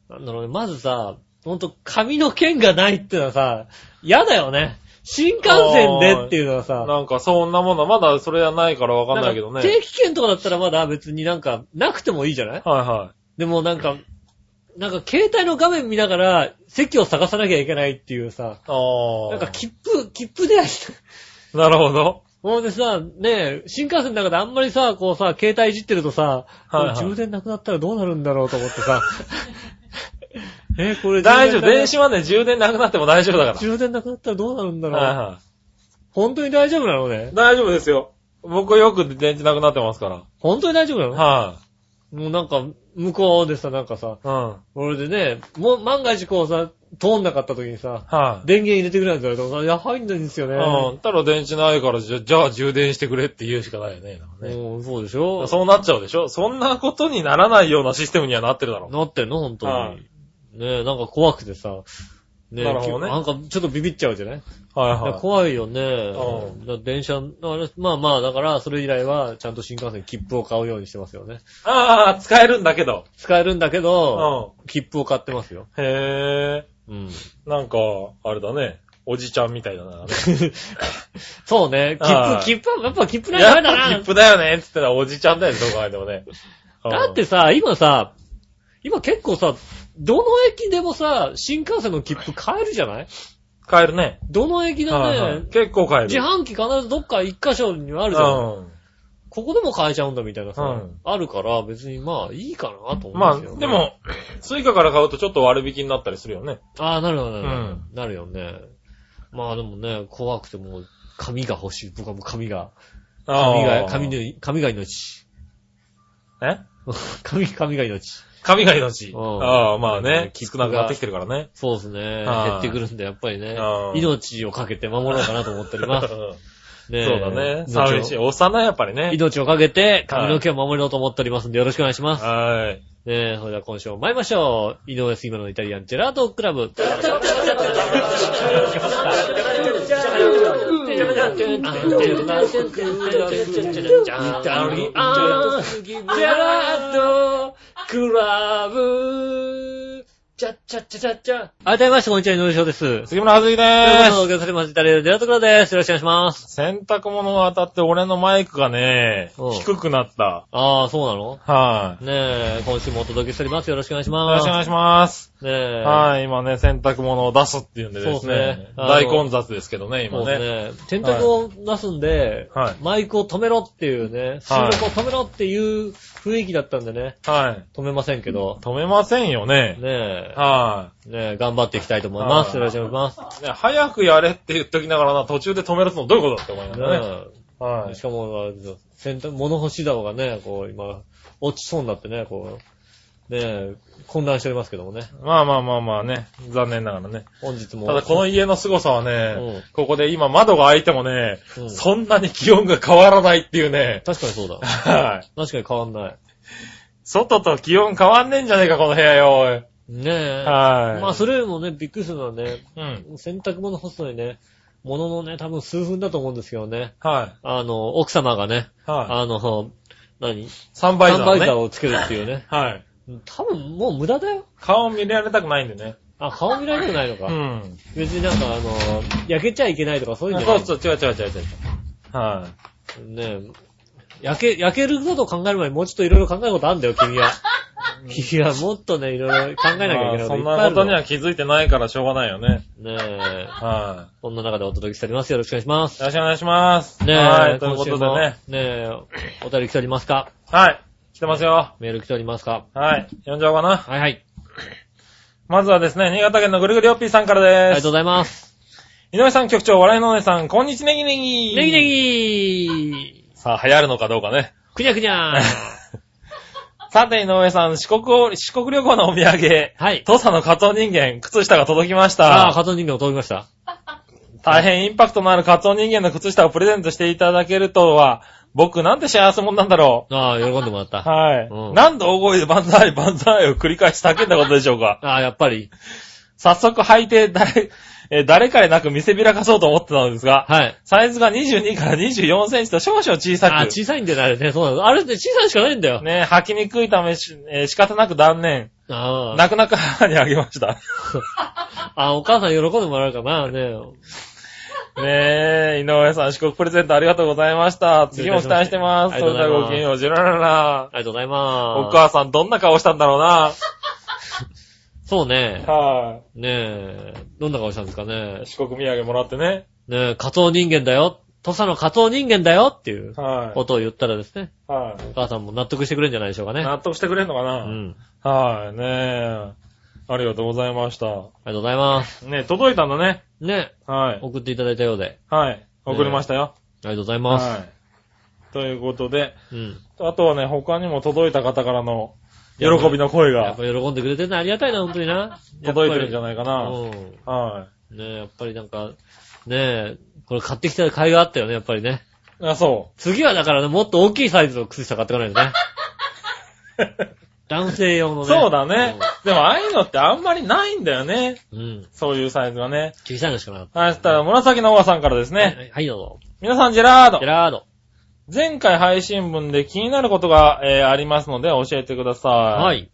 うん。うなん。んだろうね、まずさ、ほんと、紙の券がないってのはさ、嫌だよね。新幹線でっていうのはさ、なんかそんなもの、まだそれはないからわかんないけどね。んか定期券とかだったらまだ別になんか、なくてもいいじゃないはいはでもなんか、なんか携帯の画面見ながら席を探さなきゃいけないっていうさ、ああ。なんか切符、切符でやりたい。なるほど。ほんでさ、ねえ、新幹線の中であんまりさ、こうさ、携帯いじってるとさ、はいはいこれ充電なくなったらどうなるんだろうと思って さ、え、これ大丈夫。電子子マネー充電なくなっても大丈夫だか充電なくなったらどうなるんだら。ろう、はいは本当に大丈夫なのねい。大丈夫ですよ。僕よく電池なくなってますか本当に大丈夫なら。の、はもうなんか、向こうでさ、なんかさ、い。うん。はい。俺でね、もう万が一こうさ、通んなかった時にさ、電源入れてくれなんて言われてもさ、いや、入んないんですよね。うん。ただ電池ないから、じゃじゃあ充電してくれって言うしかないよね。なんかねうんそうでしょそうなっちゃうでしょそんなことにならないようなシステムにはなってるだろう。なってんの本当に。はいねえ、なんか怖くてさ。ねえ、なるほどねなんかちょっとビビっちゃうじゃない、はいいやは怖いよね。うだ電車、あれまあまあ、だから、それ以来は、ちゃんと新幹線切符を買うようにしてますよね。い。ああ、使えるんだけど。使えるんだけうど、ん。切符を買ってますよ。へえ。うん。なんか、あれだね。おじちゃんみたいだな。 そうね。はい切符、切符は、やっぱ切符ないとやダメっだぱな切。符だよねって言ったらおじちゃんだよね、どこかでもね。だってさ、今さ、今結構さ、どの駅でもさ、新幹線の切符買えるじゃない買えるね。どの駅だね、はいはい結構買える。自販機必ずどっか一箇所にはあるじゃない、ここでも買えちゃうんだみたいなさ、うんあるから別にまあいいかなと思う。うんんまですよ、あ、で。も、スイカから買うとちょっと割引になったりするよね。ああ、なるほど、なるほど、うんなるよね。まあでもね、怖くてもう紙が欲しい。僕はもう紙が、紙が、紙で。の、紙が命。 え紙、紙が命。紙が命。うんああ、まあね。切少符がなくなってきてるからね。そうですね。はい減ってくるんで、やっぱりねう、ん命をかけて守ろうかなと思っており ます。そねえうだね。命を寂しい。幼いやっぱりね。命をかけて髪の毛を守ろうと思っておりますんでよろしくお願いします。はーい。ねえ、それでは今週も参りましょう。井上杉村のイタリアンジェラートクラブ。あ、改めまして、こんにちは、井上翔です。杉村はずきでということで、おー客されましたイタリアンジェラートクラブです。よろしくお願いします。す。洗濯物が当たって俺のマイクがね、うん低くなった。ああ、そうなのはい。ねえ、今週もお届けしております。よろしくお願いしよろましす。くお願いします。ねえ。はい、今ね、洗濯物を出すっていうんでですそうですねね。あの大混雑ですけどね、そ今うでね。すね。選択を出すんで、はいマイクを止めろっていうね、収録を止めろっていう雰囲気だったんでね、はい。止めませんけど、止めませんよね。ねはえ、ねえ、頑張っていきたいと思いまはす。いよろしくお願いしま。い。ね早くやれって言っときながらな、途中で止めるのどういうことだって思いますすね。ねはえ、いし。かもあれですよ、洗濯、物干し竿がね、こう今、落ちそうになってね、こう、ねえ、混乱しておりますけどもね、まあまあまあまあね、残念ながらね。本日も。ただこの家の凄さはねう、ここで今窓が開いてもねう、んそんなに気温が変わらないっていうね。確かにそうだ。 はい。確かに変わんない。外と気温変わんねえんじゃねえか、この部屋よ。おいねえ。はい。まあそれよりもね、びっくりするのはね、うん。洗濯物干すのにね、もののね、多分数分だと思うんですけどね。はあの、奥様がね、い。はあの、何い。サンバイサザンバイザーーね。をつけるっていう ね。はい。多分もう無駄だよ。顔見られたくないんでね。あ、顔見られたくないのうか。ん。別になんかあの、焼けちゃいけないとかそういうんじゃなそいうそう、違う違う違う違う。はねえ焼け、焼けることを考える前にもうちょっといろいろ考えることあんだよ、君 は。君はもっとね、いろいろ考えい。なきゃいけないことそいんっぱいあなるこのとには気づいてないからしょうがないよね。ねえ、はこんな中でお届けしております。よろしくお願いしますい。。よろしくお願いします。ねえ、はい、ということで今週ね。も。ねえ、お便り来ておりますかはい。来てますよ。メール来ておりますかはい。読んじゃおうかな。はいはい。まずはですね、新潟県のぐるぐるよっぴーさんからですあ。りがとうございます。井上さん局長、笑いのお姉さん、こんにちネギネギ。ネギネギさあ、流行るのかどうかね。くにゃくに ゃさて、井上さん、四国を、四国旅行のお土産。はい。土佐のカツオ人間、靴下が届きましああ、た。カツオ人形届きました。大変インパクトのあるカツオ人間の靴下をプレゼントしていただけるとは、僕なんて幸せ者なんだろう。ああ、喜んでもら った。あはい。うん何度大声で万歳万歳を繰り返し叫んだことでしょう かあ、やっぱり。早速履いて誰、 えー誰彼なく見せびらかそうと思ってたのですが、はい。サイズが22から24センチと少々小さく、あ、小さいんだよね、あれね。そうなの。あれって小さいしかないんだよ。ね、履きにくいためし、えー仕方なく断念、ああ。泣く泣く母にあげ ました。あ、お母さん喜んでもらえるかな、ねねえ、井上さん、四国プレゼントありがとうございました。次も期待してます。ありそがとれうでございはますごきげんよう、ジュラララ。ありがとうございます。お母さん、どんな顔したんだろうな。そうね。はねえ。どんな顔したんですかねい。。四国土産もらってね。ねえ、仮想人間だよ。土佐の仮想人間だよっていうはことを言ったらですね、い。はお母さんも納得してくれるんじゃないでしょうかい。ね。納得してくれんのかうな、ん。はい。ねえ。ありがとうございました。ありがとうございます。ねえ、届いたんだね。ねはえ、い。送っていただいたようで。はい。送りましたよ。ありがとうございます。はい。ということで、うん。あとはね、他にも届いた方からの喜びの声やっぱが喜んでくれてるのありがたいな、本当にな。届いてるんじゃないないかかな。うん。はねえ、やっぱりなんか、ねえ、これ買ってきた甲斐があったよね、やっぱりね。い。あ、そ次はだからね、もっと大きいサイズの靴下買ってかないと ね。男性用のう。ね。そうだね。でも、ああいうのってあんまりないんだよね。うん。うん。そういうサイズがね。小さいのしかなかっはい、そしたら、紫のおばさんからですた。ね。はい。はい、どうぞ。皆さん、ジェラードジェ。ラード。前回配信分で気になることが、えーありますので、教えてください。。はいい。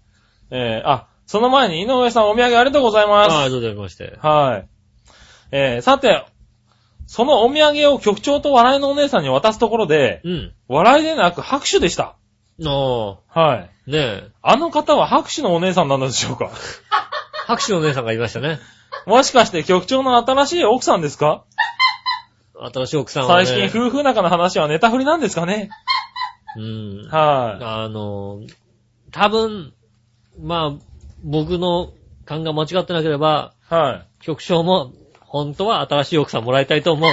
えーあ、その前に、井上さんお土産ありがとうございます。あありがとうございまして。はい。えー、さて、そのお土産を局長と笑いのお姉さんに渡すところで、うん。笑いでなく拍手でした。あはい。あ、ねえ。あの方は拍手のお姉さんなんでしょ うか拍手のお姉さんがいましたね。もしかして局長の新しい奥さんですか、新しい奥さんは、ね。最近夫婦仲の話はネタ振りなんですかねうん。はあの、多分、まあ、僕の勘が間違ってなければ、い。はい。局長も、本当は新しい奥さんもらいたいと思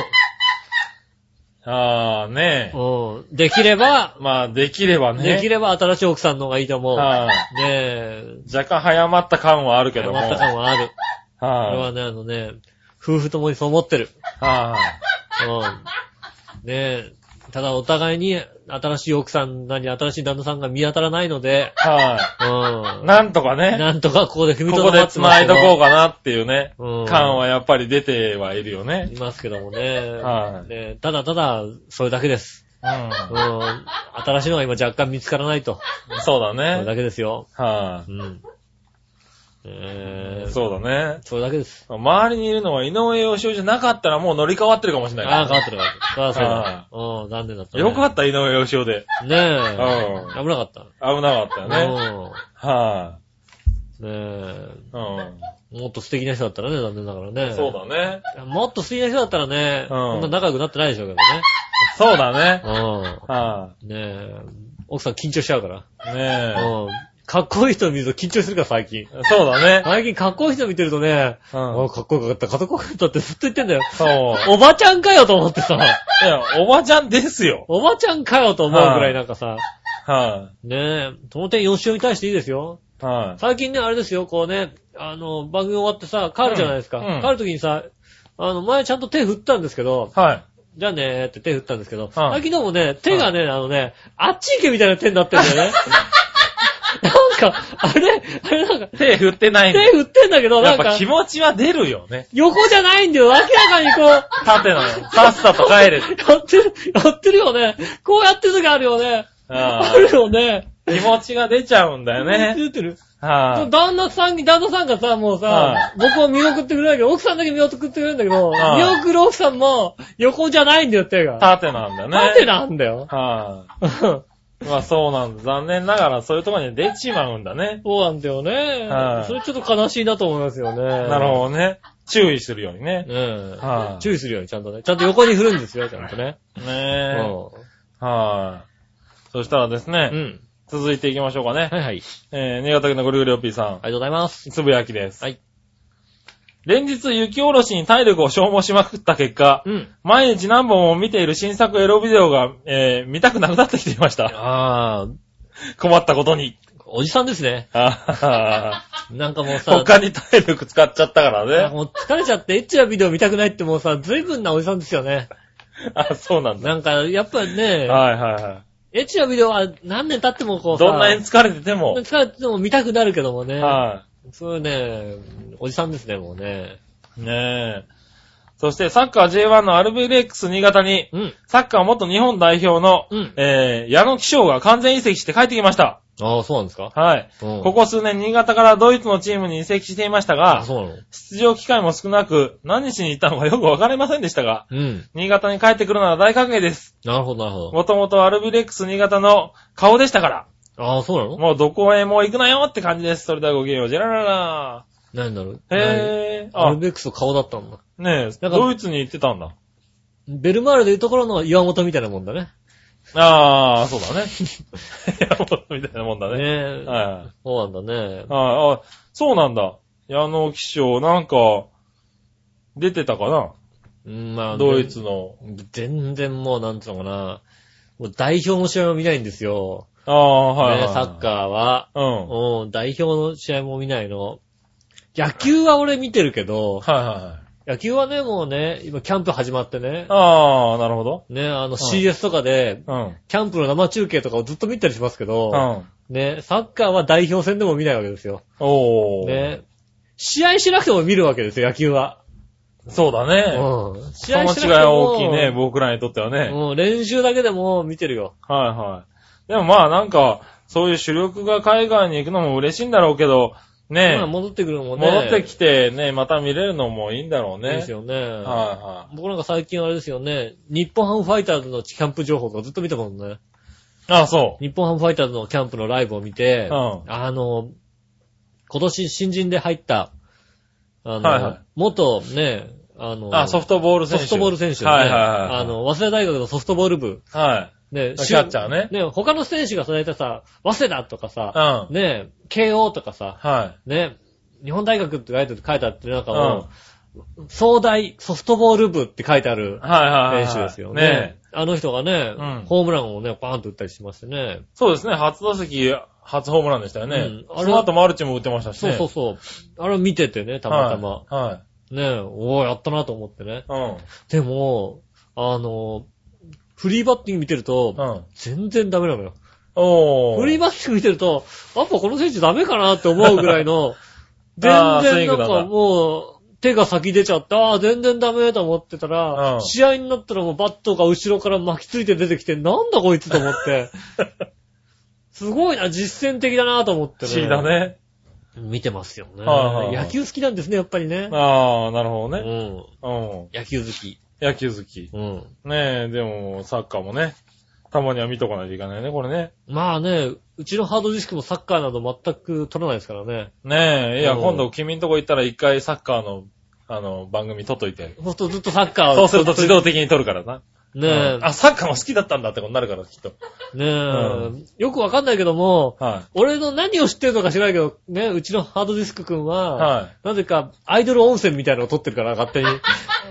あーねえ。う。うん。できれば、まあ、できればね。できれば新しい奥さんの方がいいと思う。ねはい。え。若干早まった感はあるけども。余った感はある。これは。はいね、あのね、夫婦ともにそう思ってる。はい。うん。ねえ。ただお互いに新しい奥さんなり新しい旦那さんが見当たらないので、はうい。ん。なんとかね、なんとかここで踏みことこどまでってます繋けどいどこうかなっていうね、うん感はやっぱり出てはいるよね。いますけどもね。はいねただただ、それだけです。うん。う新しいのが今若干見つからないと。ん。そうだそれね。だけですよ。はうん。えい。ー、そうだね。それだけです。周りにいるのは井上洋夫じゃなかったらもう乗り換わってるかもしれあなあ、い変わってる変わってる。ああ、そうだ。うん、残念だった、よかっった、井上洋夫で。た。ねえ。うん危なかった。危なかったよね。はうん。ねい。うん。え。もっと素敵な人だったらね、残念ながらね。そうだね。だ。もっと素敵な人だったらね、うんこんな仲良くなってないでしょうけそうだね。どね。はうん。ねえ。奥さん緊張しちゃうから。い。ねうん。かっこいい人見ると緊張するから、最近。え。そうだね。最近かっこいい人見てるとね、うあん。かっこよかった、かっこよかったってずっと言ってんだよ。そう。おばちゃんかよと思ってさ、いや、おばちゃんですよ。おばちゃんかよと思うぐらいなんかさ、はねえ、その点4週に対していいですよ。い。はい。最近ね、あれですよ、こうね、あの、番組終わってさ、帰るじゃないですか。うんうん帰るときにさ、あの、前ちゃんと手振ったんですけど、はい。じゃあねーって手振ったんですけど、は昨日いもね、手がね、あのね、あっち行けみたいな手になってん だよね。なんか、あれ、あれなんか、手振ってないん手だ。振ってんだけど、やなっんかぱ気、持ちは出るよね。横じゃないんだよ。明らかにこう、縦なの。さっさと帰やれ。ってる、やってるよね。こうやってる時あるよね。ああるよね。ー気持ちが出ちゃうんだよね。出てる。はい。旦那さんに、旦那さんがさ、もうはさ、僕を見送ってくれないけど、奥さんだけ見送ってくれるんだけど、はい見送る奥さんも横じゃないんだよ、手が。縦なんだね。縦なんだ よ。はそい。まあそうなんだ。残念ながらそういうところに出ちまうんだね。うなんだよねは。いそれちょっと悲しいなと思いますよね。なるほどね。注意するようにね。ねはえ。い注意するように、ちゃんとね。ちゃんと横に振るんですよ、ちゃんとね。うねんえ。はい。そしたらですうね、ん。続いていきましょうかね。はいはい。ありえー、新潟県のぐるぐるおっぴーさん。がとうございます。つぶやきです。はい。連日雪下ろしに体力を消耗しまくった結果、うん。毎日何本も見ている新作エロビデオが、えー見たくなくなってきていました。ああ、困ったことに。おじさんですね。あははなんかもうさ、他に体力使っちゃったかなんらかね。もう疲れちゃってエッチなビデオ見たくないってもうさ、随分なおじさんですよね。あ、そうなんだ。なんか、やっぱね、はいはいはエッチなビデオは何年経ってもこい。うさ、どんなに疲れてても。疲れても見たくなるけどもね、はそういうね、おじさんですね、もうね。い。ねえ。そしてサッカー J1 のアルビレックス新潟に、うん。サッカー元日本代表の、うんえー、矢野紀章が完全移籍して帰ってきました。ああ、そうなんですかはい。うんここ数年、新潟からドイツのチームに移籍していましたあが、そうなの出場機会も少なく、何しに行ったのかよくわかりませんでしたが、うん。新潟に帰ってくるなら大歓迎です。なるほど、なるほど。もともとアルビレックス新潟の顔でしたから、ああ、そうなのもうどこへも行くなよって感じです。それではごきげんよう、ジェラララ。なんだろう。へぇー。アあル、ベックスの顔だったんだ。ねえ、らドイツに行ってたんだ。ベルマーレでいうところの岩本みたいなもんだね。ああ、そうだね。 山本みたいなもんだね。ねえ。はい。そうなんだね。ああ、そうなんだ。矢野騎将、なんか、出てたかうん、まあ、なドイツの。全然もう、なんつうのかな。もう代表の試合も見ないんですよ。ああ、はい、ねはい。サッカーは。ー。うん。はいうん、代表の試合も見ないの。野球は俺見てるけど、はいはい。野球はね、もうね、今キャンプ始まってね、ああ、なるほど。ね、あの CS とかで、うん。キャンプの生中継とかをずっと見たりしますけうど、ん。ね、サッカーは代表戦でも見ないわけですよ。おー。ね、試合しなくても見るわけですよ、野球は。そうだうね。ん。そ試の合しなくて違いも。は大きいね、僕らにとってはね。うん、練習だけでも見てるよ。はいはい。でもまあなんか、そういう主力が海外に行くのも嬉しいんだろうけど、ね今、戻ってくるのもね。戻ってきてね、また見れるのもいいんだろうね。ですよね。は僕なんか最近あれですよね、日本ハムファイターズのキャンプ情報とかずっと見てたもんね。いはい。あ、そ日本ハムファイターズのキャンプのライブを見て、うんあの、今年新人で入った、あの、はいはい元ね、あの、う。あ、ソフトボール選ソ手。フトボール選手、ねはいはいはい。あ、の、早稲田大学のソフトボール部、はね、い。キャッチャーね。ね、他の選手がさ、大体さ、早稲田とかうん。さ、はね、KO とかさ、い。ね、日本大学って書いて書いてあって、なんかもう、総大ソフトボール部って書いてあるはいはいはい。選手ですよね。ねあの人がね、うんホームランをね、バーンと打ったりしましてね。そうですね、初打席、初ホームランでしたようねん。あれその後マルチも打ってましたしそうね。そうそう。あれを見ててね、たまたま。はねえ、おーやったなと思ってね。い。はいでも、あの、フリーバッティング見てるとう、ん。うん。全然ダメなのよ。おー。フリーバッティング見てると、やっぱこの選手ダメかなって思うぐらいの、全 あース然インなグんだなかもう、手が先出ちゃって、ああ、全然ダメと思ってたら、うん試合になったらもうバットが後ろから巻きついて出てきて、なんだこいつと思 って。すごいな、実践的だなと思って不ね。思議だ。ね。見てますよね。はいはいはい野球好きなんですね、やっぱりね。あー、なるほどうね。ん。うん。野球好き。野球好き。うん。ねえ、でも、サッカーもね、たまには見とかないといけないね、これね。まあね、うちのハードディスクもサッカーなど全く取らないですからね。ねえ、いや、うん今度君んとこ行ったら一回サッカーの、あの、番組撮っといて。ほんとずっとサッカーをそうすると自動的に撮るからな。ねうんあ、サッカーも好きだったんだってことになるから、きっと。え、ねえ、うよくわかんないけども、は俺の何を知ってるのか知らないけど、ね、うちのハードディスク君い。は、はなぜかアイドル温泉みたいなのを撮ってるから、勝手 に。い。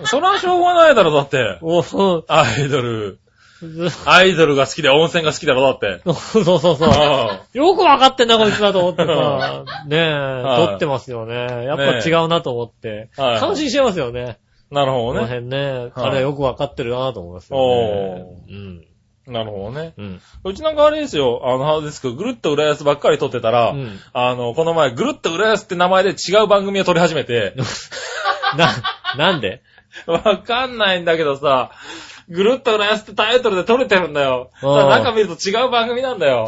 それはしょうがないだろ、だって。おう そうアイドル。ずアイドルが好きで温泉が好きだろ、だって。そうそうそううそんう。よくわかってんな、こいつだと思 ってさ、ねえ、はい撮ってますよね。やっぱ違うなと思って、はい感心してますよね。なるこほのどね。辺ね、彼はよくわかってるなと思いますよね。うん。なるほどね。うん。うちなんかあれですよ、あの、ハードディスク、ぐるっと浦安ばっかり撮ってたら、うんあの、この前、ぐるっと浦安って名前で違う番組を撮り始 めて、な、 なんでわかんないんだけどさ、ぐるっと浦安ってタイトルで撮れてるんだよ。たうんだ中見ると違う番組なんだよ。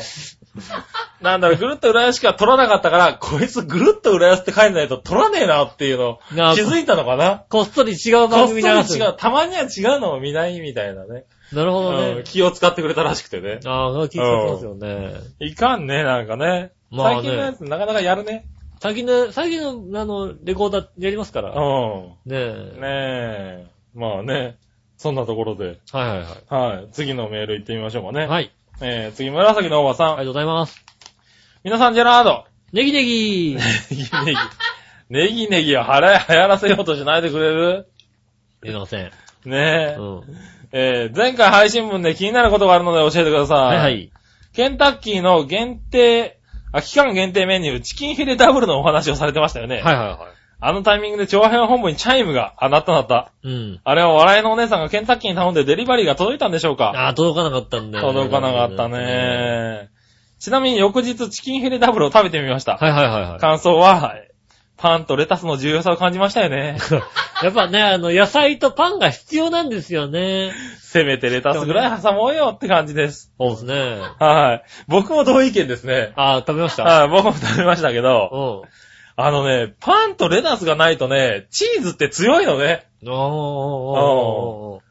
なんだろう、ぐるっと浦安しか撮らなかったから、こいつぐるっと浦安って書いてないと撮らねえなっていうの、な気づいたのかなこっそり違うこっ番そ組り流す。違う。たまには違うのを見ないみたいなね。なるほどうんね。気を使ってくれたらしくてね。ああ、それは気づきますよね。いかんね、なんかね。まあね最近のやつなかなかやるね。最近の、最近の、あの、レコーダーやりますかうら。ん。ねえ。ねえ。まあね。そんなところで。はいはいははい。次のメール行ってみましょうかね。い。はい。えー、次、紫のおばさん。ありがとうございます。皆さん、ジェラー ド。ネギネ ギネギネギ。ネギネギを払い、流行らせようとしないでくれる出ません。ねえう。ん。えー、前回配信分で気になることがあるので教えてください。はいはい。ケンタッキーの限定、あ、期間限定メニュー、チキンフィレダブルのお話をされてましたよね。はいはいはあのタイミングで長編本部にチャイムが、あ、なったなった。い。うん。あれは笑いのお姉さんがケンタッキーに頼んでデリバリーが届いたんでしょうかああ、届かなかったんだよね届かなかった。ね。ちなみに翌日チキンフィレダブルを食べてみました。はいはいはいは感想は、パンとレタスの重要さを感じましたよね。 い。やっぱね、あの、野菜とパンが必要なんですよね。せめてレタスぐらい挟もうよって感じです。そうですね。はい。僕も同意見ですね。ああ、食べました。はい、僕も食べましたけうど、ん。あのね、パンとレタスがないとね、チーズって強いのね。おーおーおーおー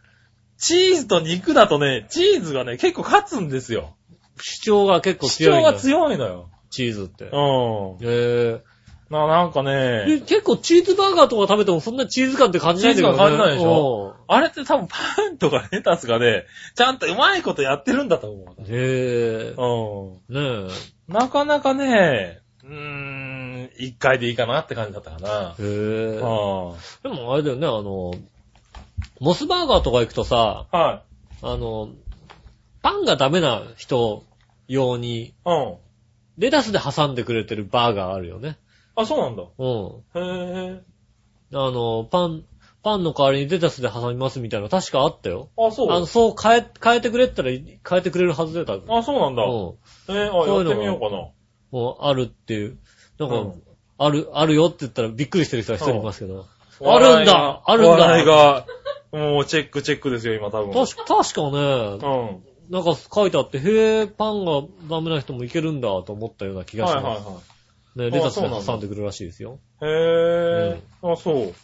チーズと肉だとね、チーズがね、結構勝つんですよ。主張が結構主強い張んだ。が強いのよ。チーズって。うへえ。な、なんかね、で結構チーズバーガーとか食べてもそんなチーズ感って感じないんだけどね。チーズ感感じないでしょ。あれって多分パンとかレタスがね、ちゃんとうまいことやってるんだと思へえ。ねえ。う。うん。なかなかね、うーん、一回でいいかなって感じだったかな。へえ。うんでもあれだよね、あの、モスバーガーとか行くとさ、はあの、パンがダメな人用に、い。うん。レタスで挟んでくれてるバーガーあるよね。あ、そうなんだ。うん。へえ。あの、パン、パンの代わりにレタスで挟みますみたいな、確かあったよ。あ、そあの、う。そう変え、変えてくれって言ったら変えてくれるはずでた。うん。あ、そうなんだ。もえーそういあ、うのやってみようかな。うあるっていう。なんか、うんある、あるよって言ったらびっくりしてる人は一人いますけど。ある笑んいだがあるんだ笑いが、もうチェックチェックですよ、今多分。確か、確かね、うん。なんか書いてあって、へえ、パンがダメな人もいけるんだと思ったような気がはしいまはす。いね、はレタスで挟んでくるらしいですよ。い。へぇー。あ、そう。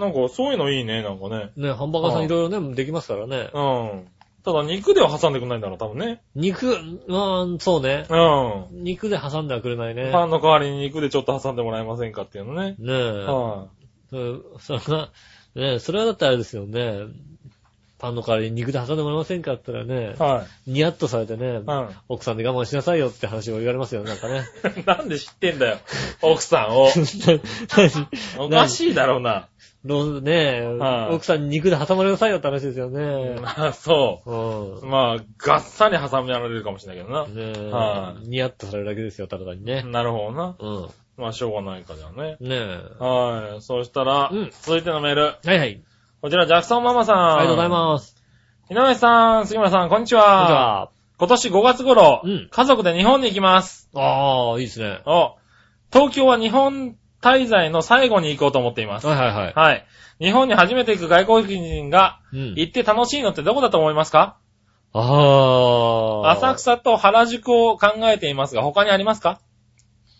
なんか、そういうのいいね、なんかね。ね、ハンバーガーさあんあいろいろね、できますからね。うん。ただ、肉では挟んでくんないんだろう、多分ね。肉、うーん、そうね。う肉で挟んではくれないねん。。パンの代わりに肉でちょっと挟んでもらえませんかっていうのね。ねえ。はうんそれが、ねそれはだってあれですよね。パンの代わりに肉で挟んでもらえませんかって言ったらねい。、はニヤッとされてねい。、う奥さんで我慢しなさいよって話を言われますよね、なんか ね。 ん。 なんで知ってんだよ、奥さんを。おかい。しいだろうな。ロねえはい奥さんに肉で挟まれなさいよって話ですよね。まあ、 そうう。ん。まあ、がっさり挟みられるかもしれないけどな。ねえ、はいニヤッとされるだけですよ、ただにね。なるほどな。うん。まあ、しょうがないかじゃあね。ねえ。はい。そしたら、うん続いてのメール。はいはい。こちら、ジャクソンママさん。ありがとうございます。す。井上さん、杉村さん、こんにちは。じゃあ、今年5月頃、うん家族で日本に行きます。ああ、いいですね。お東京は日本滞在の最後に行こうと思っています。はいはいはい。はい。日本に初めて行く外国人がうん。行って楽しいのってどこだと思いますかああ。浅草と原宿を考えていますが、他にありますか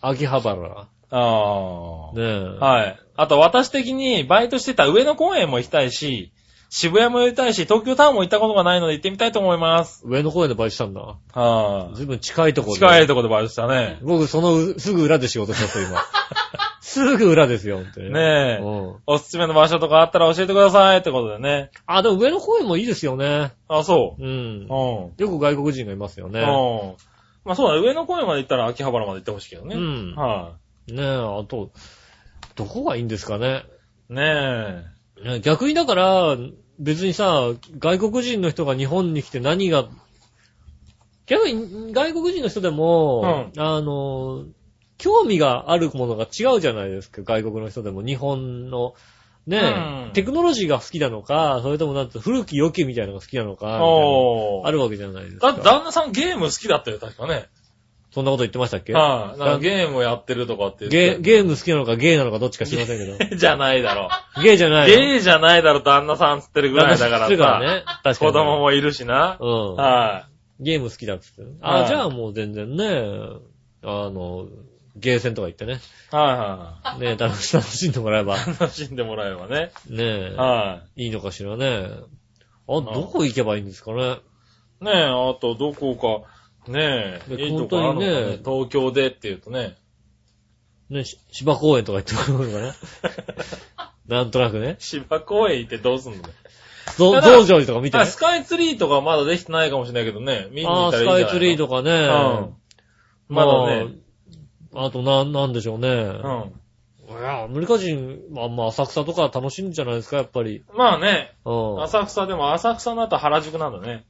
秋葉原。あねえ。はい。あと私的にバイトしてた上野公園も行きたいし、渋谷も行きたいし、東京タワーも行ったことがないので行ってみたいと思います。上野公園でバイトしたんだ。はずいぶん近いところで。近い。いとこでバイトしたね。僕、そのうすぐ裏で仕事しますよ、 今。すぐ裏ですよ、本当に。ねえ。うん。おすすめの場所とかあったら教えてくださいってことでね。あ、でも上野公園もいいですよね。あ、そうう。ん。うん。よく外国人がいますようね。ん。まあそうだ、上野公園まで行ったら秋葉原まで行ってほしいけどね。うんはねえ、あと、どこがいいんですかね。い。ねね逆にだから、別にさ、外国人の人が日本に来て何が、逆に外国人の人でも、あの、興味があるものが違うじゃないですか、外国の人でも。日本の、ね、うんテクノロジーが好きなのか、それともなんて古き良きみたいなのが好きなのか、みたえ。いなのおがあー。るわけじゃないですか。だって旦那さんゲーム好きだったよ、確かね。そんなこと言ってましたっけはい。なんかゲームをやってるとかって言ってゲゲーム好きなのかゲイなのかどっちか知りませんけど。じゃないだろ。ゲイじゃないの ゲイじゃないだろ、旦那さんつってるぐらいだから知ってるからさ。ね。確か子に。供もいるしな。うん。はゲーム好きだっつってね。あはあ、いじゃあもう全然ね、あの、ゲーセンとか行ってね、い。は ね、楽し、楽しんでもらえば、いはい。楽しんでもらえばね。ね、はいいのかしらね。あ、んどこ行けばいいんですかね。い。ねえ、あとどこか、ねえ、でいいとこあ本当るのかにねね。東京でっていうとね。ね、し芝公園とか行ってもらうのか な。なんとなくね。芝公園行ってどうすんのどただ道場寺とか見てねあ。スカイツリーとかまだできてないかもしれないけどね。見にあ行あ、ったらいスカいんじゃないイツリーとかね。うんまだね。あ。あと、なん、なんでしょうね。か。うん。いや、アメリカ人、まあまあ、浅草とか楽しいんじゃないですか、やっぱり。まあね、うん。浅草でも浅草の後原宿なんだね。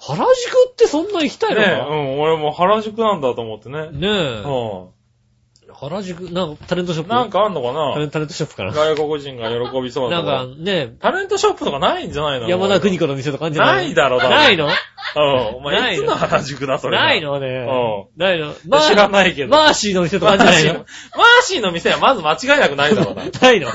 原宿ってそんな行きたいねのえ、かうん、俺も原宿なんだと思ってね。ねえ。う原宿、なんかタレントショッん。プなんかあんのタかレンタレントショップかなな外国人が喜びそうだなとんか。かね、タレントショップとかないんじゃないの山田邦子。子の店とかあるんじゃなないいだろ、だないのうん。おな前、いいのつの原宿だ、それ。ない。のね。ないの。まあ、知らいないけど。マーシーの店とかあマるんーじゃないのシーのマーシーの店はまず間違いなくない だろうな。ないの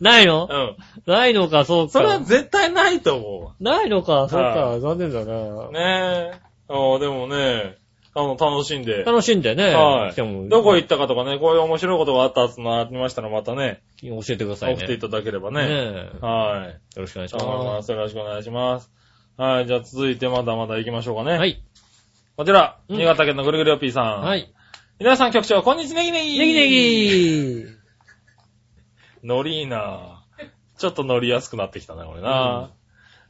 ないのうん。ないのか、そうそれはか。絶対ないと思うわ。ないのか、そうはか、残念だな。ねえ。ああ、でもね、あの、楽しんで。楽しんでね。はい来てもどこ行ったかとかね、こういう面白いことがあったってのがありましたら、またね、教えてくださ送いっていね。ただければねね。えはい。よろしくお願いし頑張りま。ますす。よろしくお願いします。はい、じゃあ続いてまだまだ行きましょうかね。。はいい。こちら、うん新潟県のぐるぐるよっぴーさん。はい。皆さん局長、こんにちは、ネギネギネギネギノリいいなぁちょっと乗りやすくなってきたね、俺な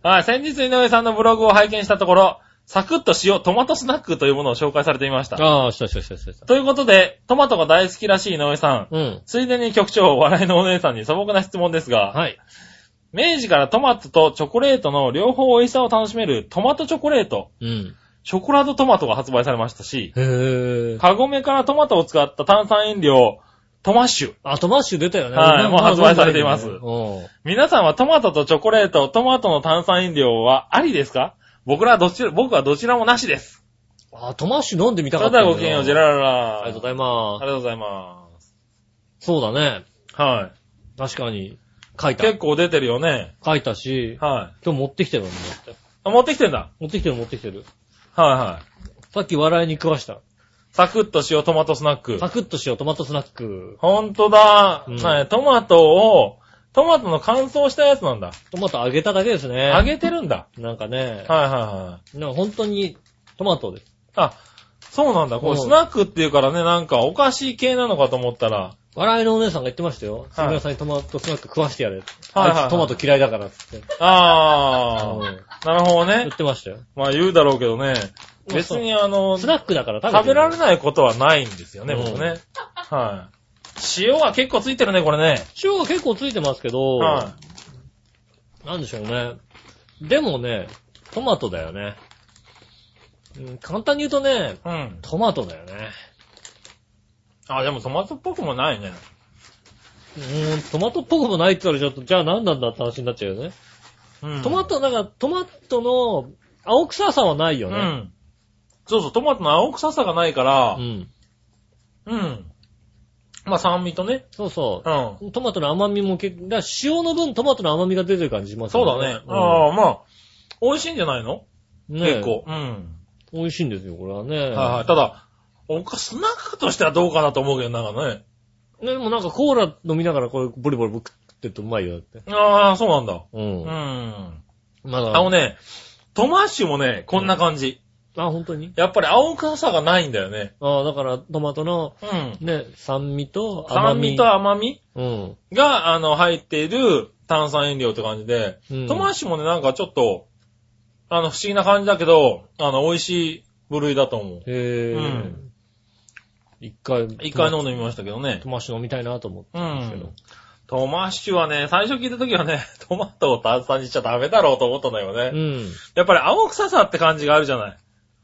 ぁ、はい、先日井上さんのブログを拝見したところ、サクッと塩、トマトスナックというものを紹介されていました。ああ、したしたしたしたした。ということで、トマトが大好きらしい井上さん。うん。ついでに局長、笑いのお姉さんに素朴な質問ですが、はい。明治からトマトとチョコレートの両方美味しさを楽しめるトマトチョコレート、うん。ショコラドトマトが発売されましたし、へぇー。カゴメからトマトを使った炭酸飲料、トマッシュ。あ、トマッシュ出たよね。はい俺もう発売されていますうん。お皆さんはトマトとチョコレート、トマトの炭酸飲料はありですか僕らはどちら、僕はどちらもなしです。あ、トマッシュ飲んでみたそかれっでたはんだよな。ごきげんよう、ジェラララ。ありがとうごいざいまますありがとうございます。す。そうだね。は確かに。書いい。た。結構出てるよね。書いたし、はい。今日持ってきてるもんね。あ持ってきてんだ。持ってきてる持ってきてる。はいはい。さっき笑いに食わした。サクッと塩トマトスナック。サクッとしよう、トマトスナック。ほんとだ、うんはい。トマトを、トマトの乾燥したやつなんだ。トマト揚げただけですね。揚げてるんだ。なんかね、はいはいはい。なんか本当にトマトです。あ、そうなんだ。うこんれスナックっていうからね、なんかお菓子系なのかと思ったら。笑いのお姉さんが言ってましたよ。杉村さんにトマトスナック食わしてやれ。はいはいあいつトマト嫌いだからっつって。あうんー。なるほど言ね。ってましたよ。まあ言うだろうけどね。そう別にあの、ス食ナックだから食べべられない。ないことはないんですよね、うん僕ね。はい。塩は結構ついてるね、これね。塩が結構ついてますけど、はなんでしょうね。でもね、トマトだよね。うん簡単に言うとね、い。うん。トマトだよね。あ、でもトマトっぽくもないね。うーん、トマトっぽくもないって言ったらちょっと、じゃあ何なんだって話になっちゃうよね。うん。トマト、なんか、トマトの青臭さはないようね。ん。そうそう、トマトの青臭さがないからう、ん。うん。まあ酸味とね。そうそうう。ん。トマトの甘みも結構、だから塩の分トマトの甘みが出てる感じしますそうよだね。ね。ああ、まあ、美味しいんじゃないのうんね結構。うん。美味しいんですよ、これはね。はいはい。ただ、おか、スナックとしてはどうかなと思うけど、なんかね。ねでもなんかコーラ飲みながらこれボリボリボリ食ってるとうまいよ、だって。ああ、そうなんだ。う。うんん。まだ。あのね、トマッシュもね、こんな感じ。あ、本当にやっぱり青臭さがないんだよね。ああ、だからトマトのうん。ね、酸味と甘酸み。味と甘みうん。が、あの、入っている炭酸飲料って感じで、うんトマッシュもね、なんかちょっと、あの、不思議な感じだけど、あの、美味しい部類だと思う。へえ。うん一回、一回飲んでみましたけどねト。マッシュ飲みたいなと思ってうたんですけど。ん。トマッシュはね、最初聞いた時はね、 トマトを炭酸にしちゃダメだろうと思ったんだよね。うん。やっぱり青臭さって感じがあるじゃない。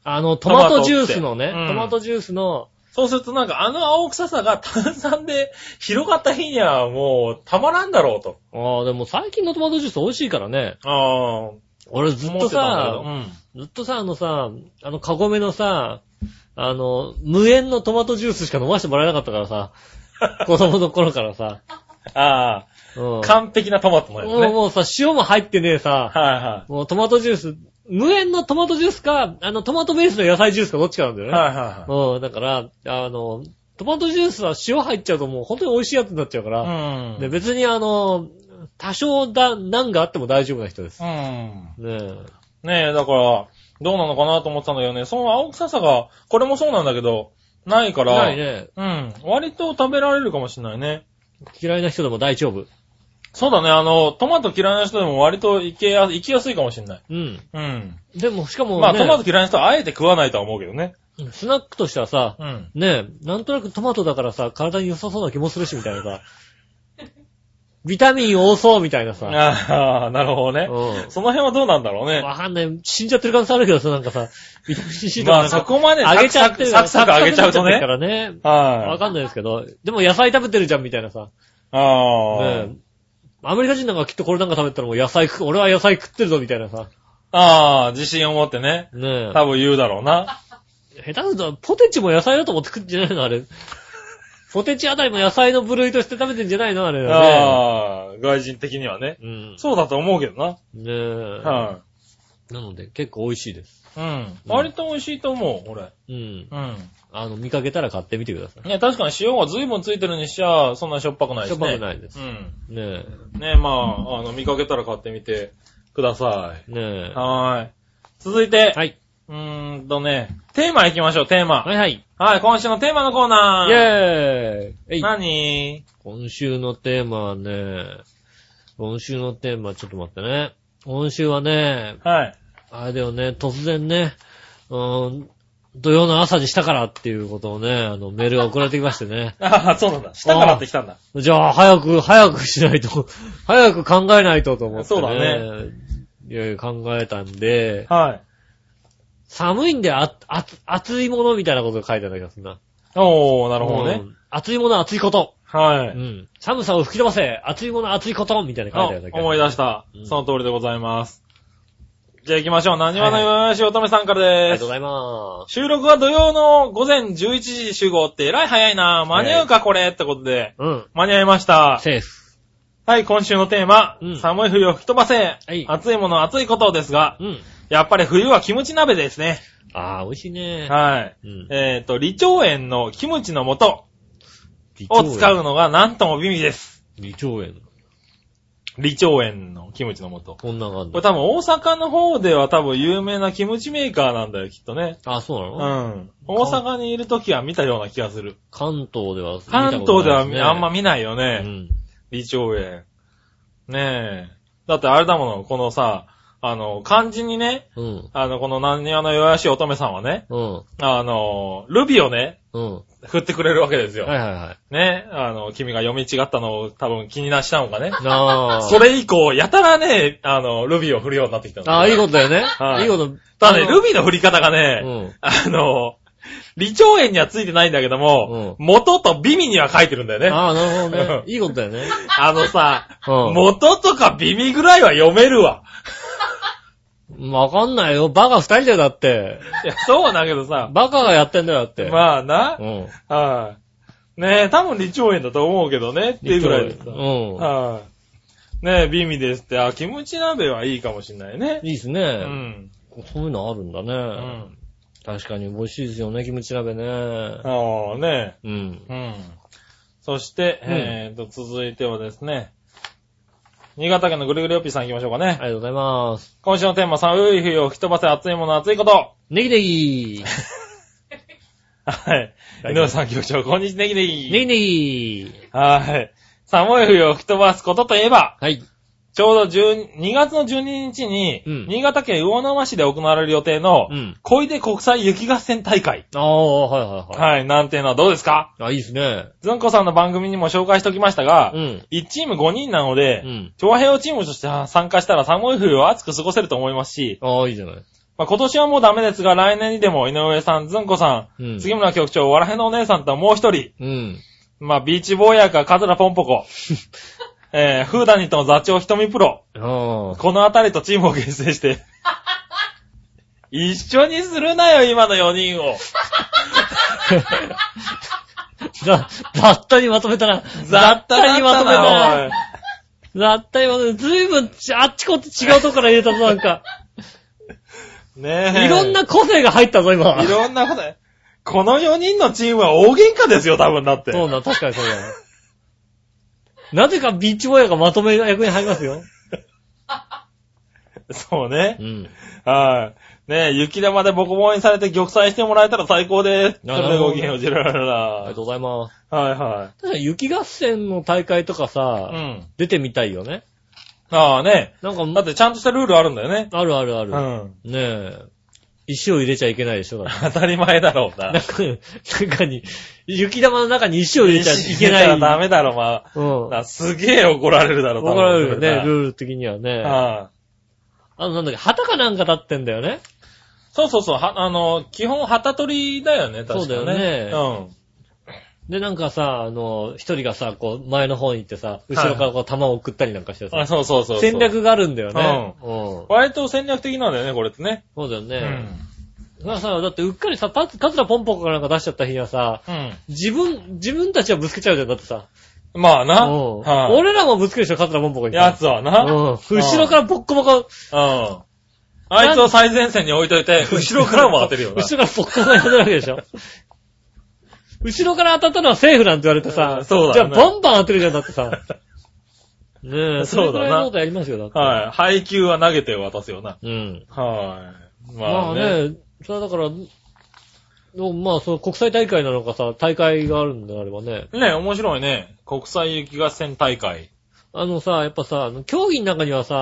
あの、トマトジュースのね、トマトってうんトマトジュースの、そうするとなんかあの青臭さが 炭酸で広がった日にはもうたまらんだろうと。ああ、でも最近のトマトジュース美味しいからね。ああ、俺ずっとさ、思ってずっとさ、あのさ、あのカゴメのさ、あの、無塩のトマトジュースしか飲ませてもらえなかったから さ、子供の頃からさ。たんだけどううん。ああ、ん。完璧なトマトのやつもうね。もうさ、塩も入ってねえさ、はいはもうトマトジュース、無塩のトマトジュースか、あの、トマトベースの野菜ジュースかどっちかなんだよい。ね。はいはいうん、だから、あの、トマトジュースは塩入っちゃうともう本当に美味しいやつになっちゃうから、はい。うん。で、別にあの、多少だ、難があっても大丈夫な人です。うん。ねえ。ねえ、だから、どうなのかなと思ってたんだけどね、その青臭さが、これもそうなんだけど、ないから、ないね。うん。割と食べられるかもしれないね。嫌いな人でも大丈夫。そうだね、あの、トマト嫌いな人でも割といけや、いきやすいかもしれない。うん。うん。でも、しかも、ね、まあ、トマト嫌いな人はあえて食わないとは思うけどね。スナックとしてはさ、うん。ねえ、なんとなくトマトだからさ、体に良さそうな気もするし、みたいな さ。ビタミン多そう、みたいなさ。ああ、なるほどね。うその辺はどうなんだろうねん。。わかんない。死んじゃってる可能性あるけどさ、なんかさ、ビタミン C とまかあ、さそこまであげちゃってるサクサクあげちゃうとサクサクになっね。ゃってるからね。わはい。かんないですけど、でも野菜食べてるじゃんみたいなさ。ああねえ。アメリカ人なんかきっとこれなんか食べたらもう野菜食う、俺は野菜食ってるぞみたいなさ。ああ、自信を持ってね。ね多分言うだろうな。え。下手するとポテチも野菜だと思って食ってんじゃないのあれ。ポテチあたりも野菜の部類として食べてんじゃないのあれはね。ああ、外人的にはね。うん。そうだと思うけどな。ねえ。はなので結構美味しいです。い。うん。割と美味しいと思う、これ。うん。うん。あの、見かけたら買ってみてください。ね、確かに塩が随分ついてるにしちゃ、そんなにしょっぱくないししょね。っぱくないです。うねん。ね、まあ、あの、見かけたら買ってみてください。え。ねえ。はーい。続いて、はい。うーんとね、テーマ行きましょう、テーマ。はいはい。はい、今週のテーマのコーイナー。ェーイえい何今週のテーマはね、今週のテーマ、ちょっと待ってね。今週はね、はい。あれだよね、突然ね、うーん、土曜の朝にしたからっていうことをね、あの、メールが送られてきましてね。ああ、そうなんだ。下からってきたんだ。じゃあ、早く、早くしないと、 早く考えないとと思って、ね。そうだね。いやいや、考えたんで、はい。寒いんであ、あ、熱いものみたいなことが書いてある気がするな。おー、ななるほどね。。熱いもの、熱いこと。はうい。ん。寒さを吹き飛ばせ熱いもの、熱いことみたいなの書いてあるんだあ思い出したう。んその通りでございます。じゃあ行きましょう。何話のはいよよしおとめさんからありでがすとうご。ざいま収録は土曜の午前11時集合って、えらい早いな間に合うかこれってことで、す。うん。間に合いました。セーフ。はい、今週のテーマ、うん寒い冬を吹き飛ばせ、い暑いもの暑いことですが、うん。やっぱり冬はキムチ鍋で すね。ああ、美味しいね。はい。うん。えっ、と、李長園のキムチの素を使うのがなんとも美味です。 2兆円。李長園のキムチの素。こんな感これじ。多分大阪の方では多分有名なキムチメーカーなんだよ、きっとね。あ、そうなうの、ん。大阪にいる時は見たような気がする。関東では見た関こと東でなはいすね、あんま見ないよね。うん。李長園。ねえ。だってあれだもの、このさ、あの、漢字にね、うん。あの、この何話の弱々しい乙女さんはね、うん。あの、ルビをね、うん。振ってくれるわけですよ。はいはいはい。ね、あの、君が読み違ったのを多分気になしたのかね。なあ。それ以降、やたらね、あの、ルビーを振るようになってきたんだよああ、いいことだよね。はいいいこと。ただね、ルビーの振り方がね、うん。あの、微長炎にはついてないんだけども、元と微味には書いてるんだよね。あああ、なるほどうね。いいことだよね。のさ、うん。元とか微味ぐらいは読めるわ。わかんないよ。バカ二人だよ、だって。いや、そうだけどさ、バカがやってんだよ、だって。 まあなう、ん。はい。ねえ、多分2兆円だと思うけどね、っていうぐらいですうさ。ん。はい。ねえ、美味ですって、あ、キムチ鍋はいいかもしんないね。いいですうね。ん。そういうのあるんだうね。ん。確かに美味しいですよね、キムチ鍋ね。あうあ、ねん。え。うん。そして、うんえーと、続いてはですね、新潟県のぐるぐるよっぴーさん行きましょうかありね。がとうございます。今週のテーマ、寒い冬を吹き飛ばせ、暑いもの、暑いこと。ネギネギはい。井上さん、局長、こんにちは、ネギネギ。ネギネギはい。寒い冬を吹き飛ばすことといえば、はい。ちょうど12 2月の12日に、うん新潟県魚沼市で行われる予定のう、ん。小出国際雪合戦大会。ああ、はいはいはい。はい、なんていうのはどうですかあ、いいですね。ずんこさんの番組にも紹介しておきましたが、うん。 1チーム5人なのうで、ん。長平をチームとして参加したら寒い冬を暑く過ごせると思いますし、ああ、いいじゃない。まあ、今年はもうダメですが、来年にでも井上さん、ずんこさん、うん。杉村局長、笑いのお姉さんともう一人、うん。まあ、ビーチボーヤーか、カズラポン ポコ、えー、フーダニットの座長、ひとみプロ、ああ。このあたりとチームを結成して、一緒にするなよ、今の4人を。 ざ、ざったりまとめたら、ざったらにまとめなた。ざったりまとめ、ずいぶんちあっちこっち違うとこから入れたぞ、なん か。ねえ。いろん。な個性が入ったぞ、今。いろんなこと。この4人のチームは大喧嘩ですよ、多分だって。そうだ、確かにそうだ。なぜかビーチボーイがまとめ役に入りますよ。そうねう。ん。はい。ねえ、雪玉でボコボコにされて玉砕してもらえたら最高です。そなれなでるほごどきげんをじらあららりがらとうございます。はいは確かに雪合戦の大会とかい。うさ、ん。出てみたいよね。ああね。なんか、だってちゃんとしたルールあるんだよね。あるあるあうる。ん。ねえ。石を入れちゃいけないでしょ、だって当たり前だろうな。中に、中に、雪玉の中に石を入れちゃいけたらダない。メだろ、まうあ。ん。なすげえ怒られるだろ、多分怒られるよね、ルルール的にはね。あール。の、なんだっけ、旗かなんか立ってんだよね。そうそうそう、は、あの、基本旗取りだよね、確かね。そうだよね。で、なんかさ、あの、一人がさ、こう、前の方に行ってさ、後ろからこう、弾を送ったりなんかしてうん。あ、さ、そうそうそうそう。戦。略があるんだよね。うん。割と戦略的なんだよね、これってね。そうだようね。。だからさ、だってうっかりさ、パツ、カツラポンポコかなんか出しちゃった日にはさ、うん。自分、自分たちはぶつけちゃうじゃん、だってさ。まあうな。ん。はい。俺らもぶつけるでしょ、カツラポンポコにさ。やつはな。ううん。ん。後ろからボッコボコ、あいつを最前線に置いといて、後ろからも当てるよな。 後ろからポッコボコに当てるわけでしょ。後ろから当たったのはセーフなんて言われてうさん、そうだじゃあよねバンバン当てるじゃん、だって さ。ねえ、そうだなれぐらいのことやりますよ、だって。はい。配球は投げて渡すよな。うん。はい。ままああね。ね、それはだから、のまあ、その国際大会なのかさ、大会があるんであればね。ね、面白いね。国際雪合戦大会。あのさ、やっぱさ、あの競技の中にはうさ、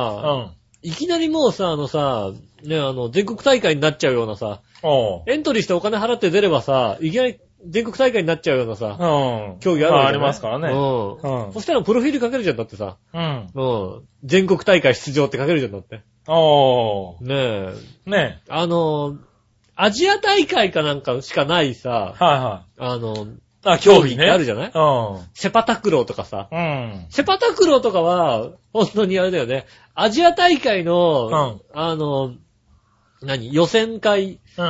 ん。いきなりもうさ、あのさ、ね、あの、全国大会になっちゃうようなさ、おう。エントリーしてお金払って出ればさ、いきなり全国大会になっちゃうようなさ、うん。競技あるわけじまゃないありますからね。うん。うんそ。したらプロフィールかけるじゃん、だってさ。うん。うん。全国大会出場ってかけるじゃん、だって。おねえ。ー。ねあの、アジア大会かなんかしかないさ、はいはあの、い。あ、競技ってね。あるじゃないうん。セパタクローとかさ。うん。セパタクローとかは、本当にあれだよね。アジア大会の、あの、何、予選会う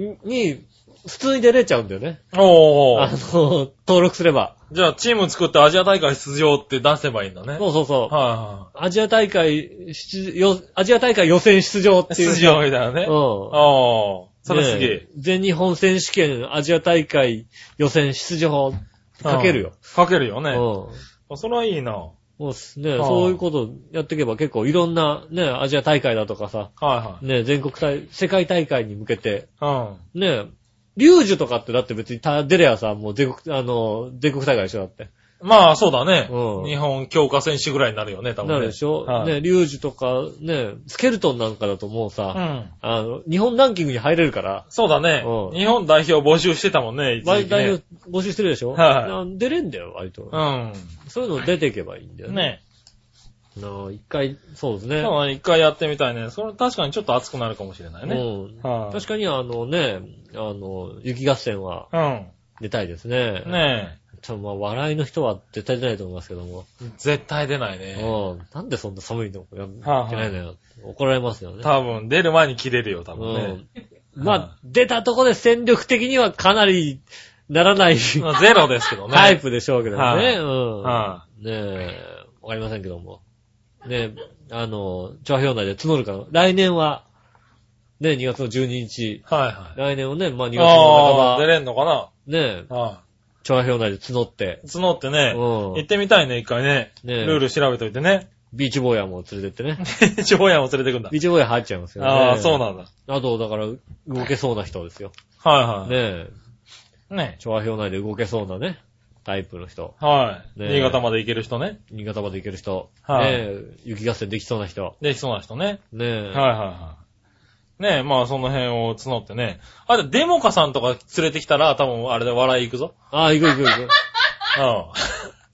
ん。に、普通に出れちゃうんだよね。おあー。の、登録すれば。じゃあ、チーム作ってアジア大会出場って出せばいいんだね。そうそうそう。はアジア大会出、よアジア大会予選出場っいはい。ていう。出場みたいなね。うん。おー。それすげねえ。全日本選手権アジア大会予選出場かけるよ。かけるよね。うん。あそれはいいな。はそうですね。ああそういうことやっていけば結構いろんなね、アジア大会だとかさ、いはね、全国大、世界大会に向けて、い。うん。ね、リュージュとかってだって別にた出りゃさ、もう全国、あの、全国大会でしょだって。まあ、そうだね。うん日本強化選手ぐらいになるよね、多分ね。なるでしょ、はいね、リュージュとか、ね、スケルトンなんかだともううさ、ん。あの、日本ランキングに入れるから、そうだねう。ん日本代表募集してたもんね、一時割期とね。募集してるでしょ、はない出れんだよ、割と。うそういうの出ていけばいいんだよん。ね。ねなあ一回、そうですね。そうだね、一回やってみたいね。それ確かにちょっと熱くなるかもしれないね。うんはい確かにあのね、あの、雪合戦はう出たいですね。ん。ね多分まあ笑いの人は絶対出ないと思いますけども。え。絶対出ないね。うん。なんでそんな寒いのやっはあはあてないのよ。怒られますよね。多分、出る前に切れるよ、多分ね。うん。まはあ、出たとこで戦力的にはかなりならないまあゼロですけどね。タイプでしょうけどはね。いうん。はねえ、わかりませんけども。ねえ、あの、調和表内で募るから、来年は、ね、2月の12日、はいはい。来年をね、まあ2月のああ、半出ば、れんのかなねえ、は調和表内で募って、い。募ってね、うん行ってみたいね、一回ね。ねえルール調べといてね。 ビーチ坊やも連れてってね。ジョーヤも連れてくんだ。ビーチ坊や入っちゃいますよね。ああ、そうなんだ。あと、だから、動けそうな人ですよ。はいはねえ、い。ね調和表内で動けそうなね、タイプの人。はい。ねえ新潟まで行ける人ね。新潟まで行ける人。はいねえ、雪合戦できそうな人。できそうな人ね。ねえ。はいはいはい。ねえ、まあその辺を募ってね。あと、デモカさんとか連れてきたら、多分あれで笑い行くぞ。ああ、行く行く行く。う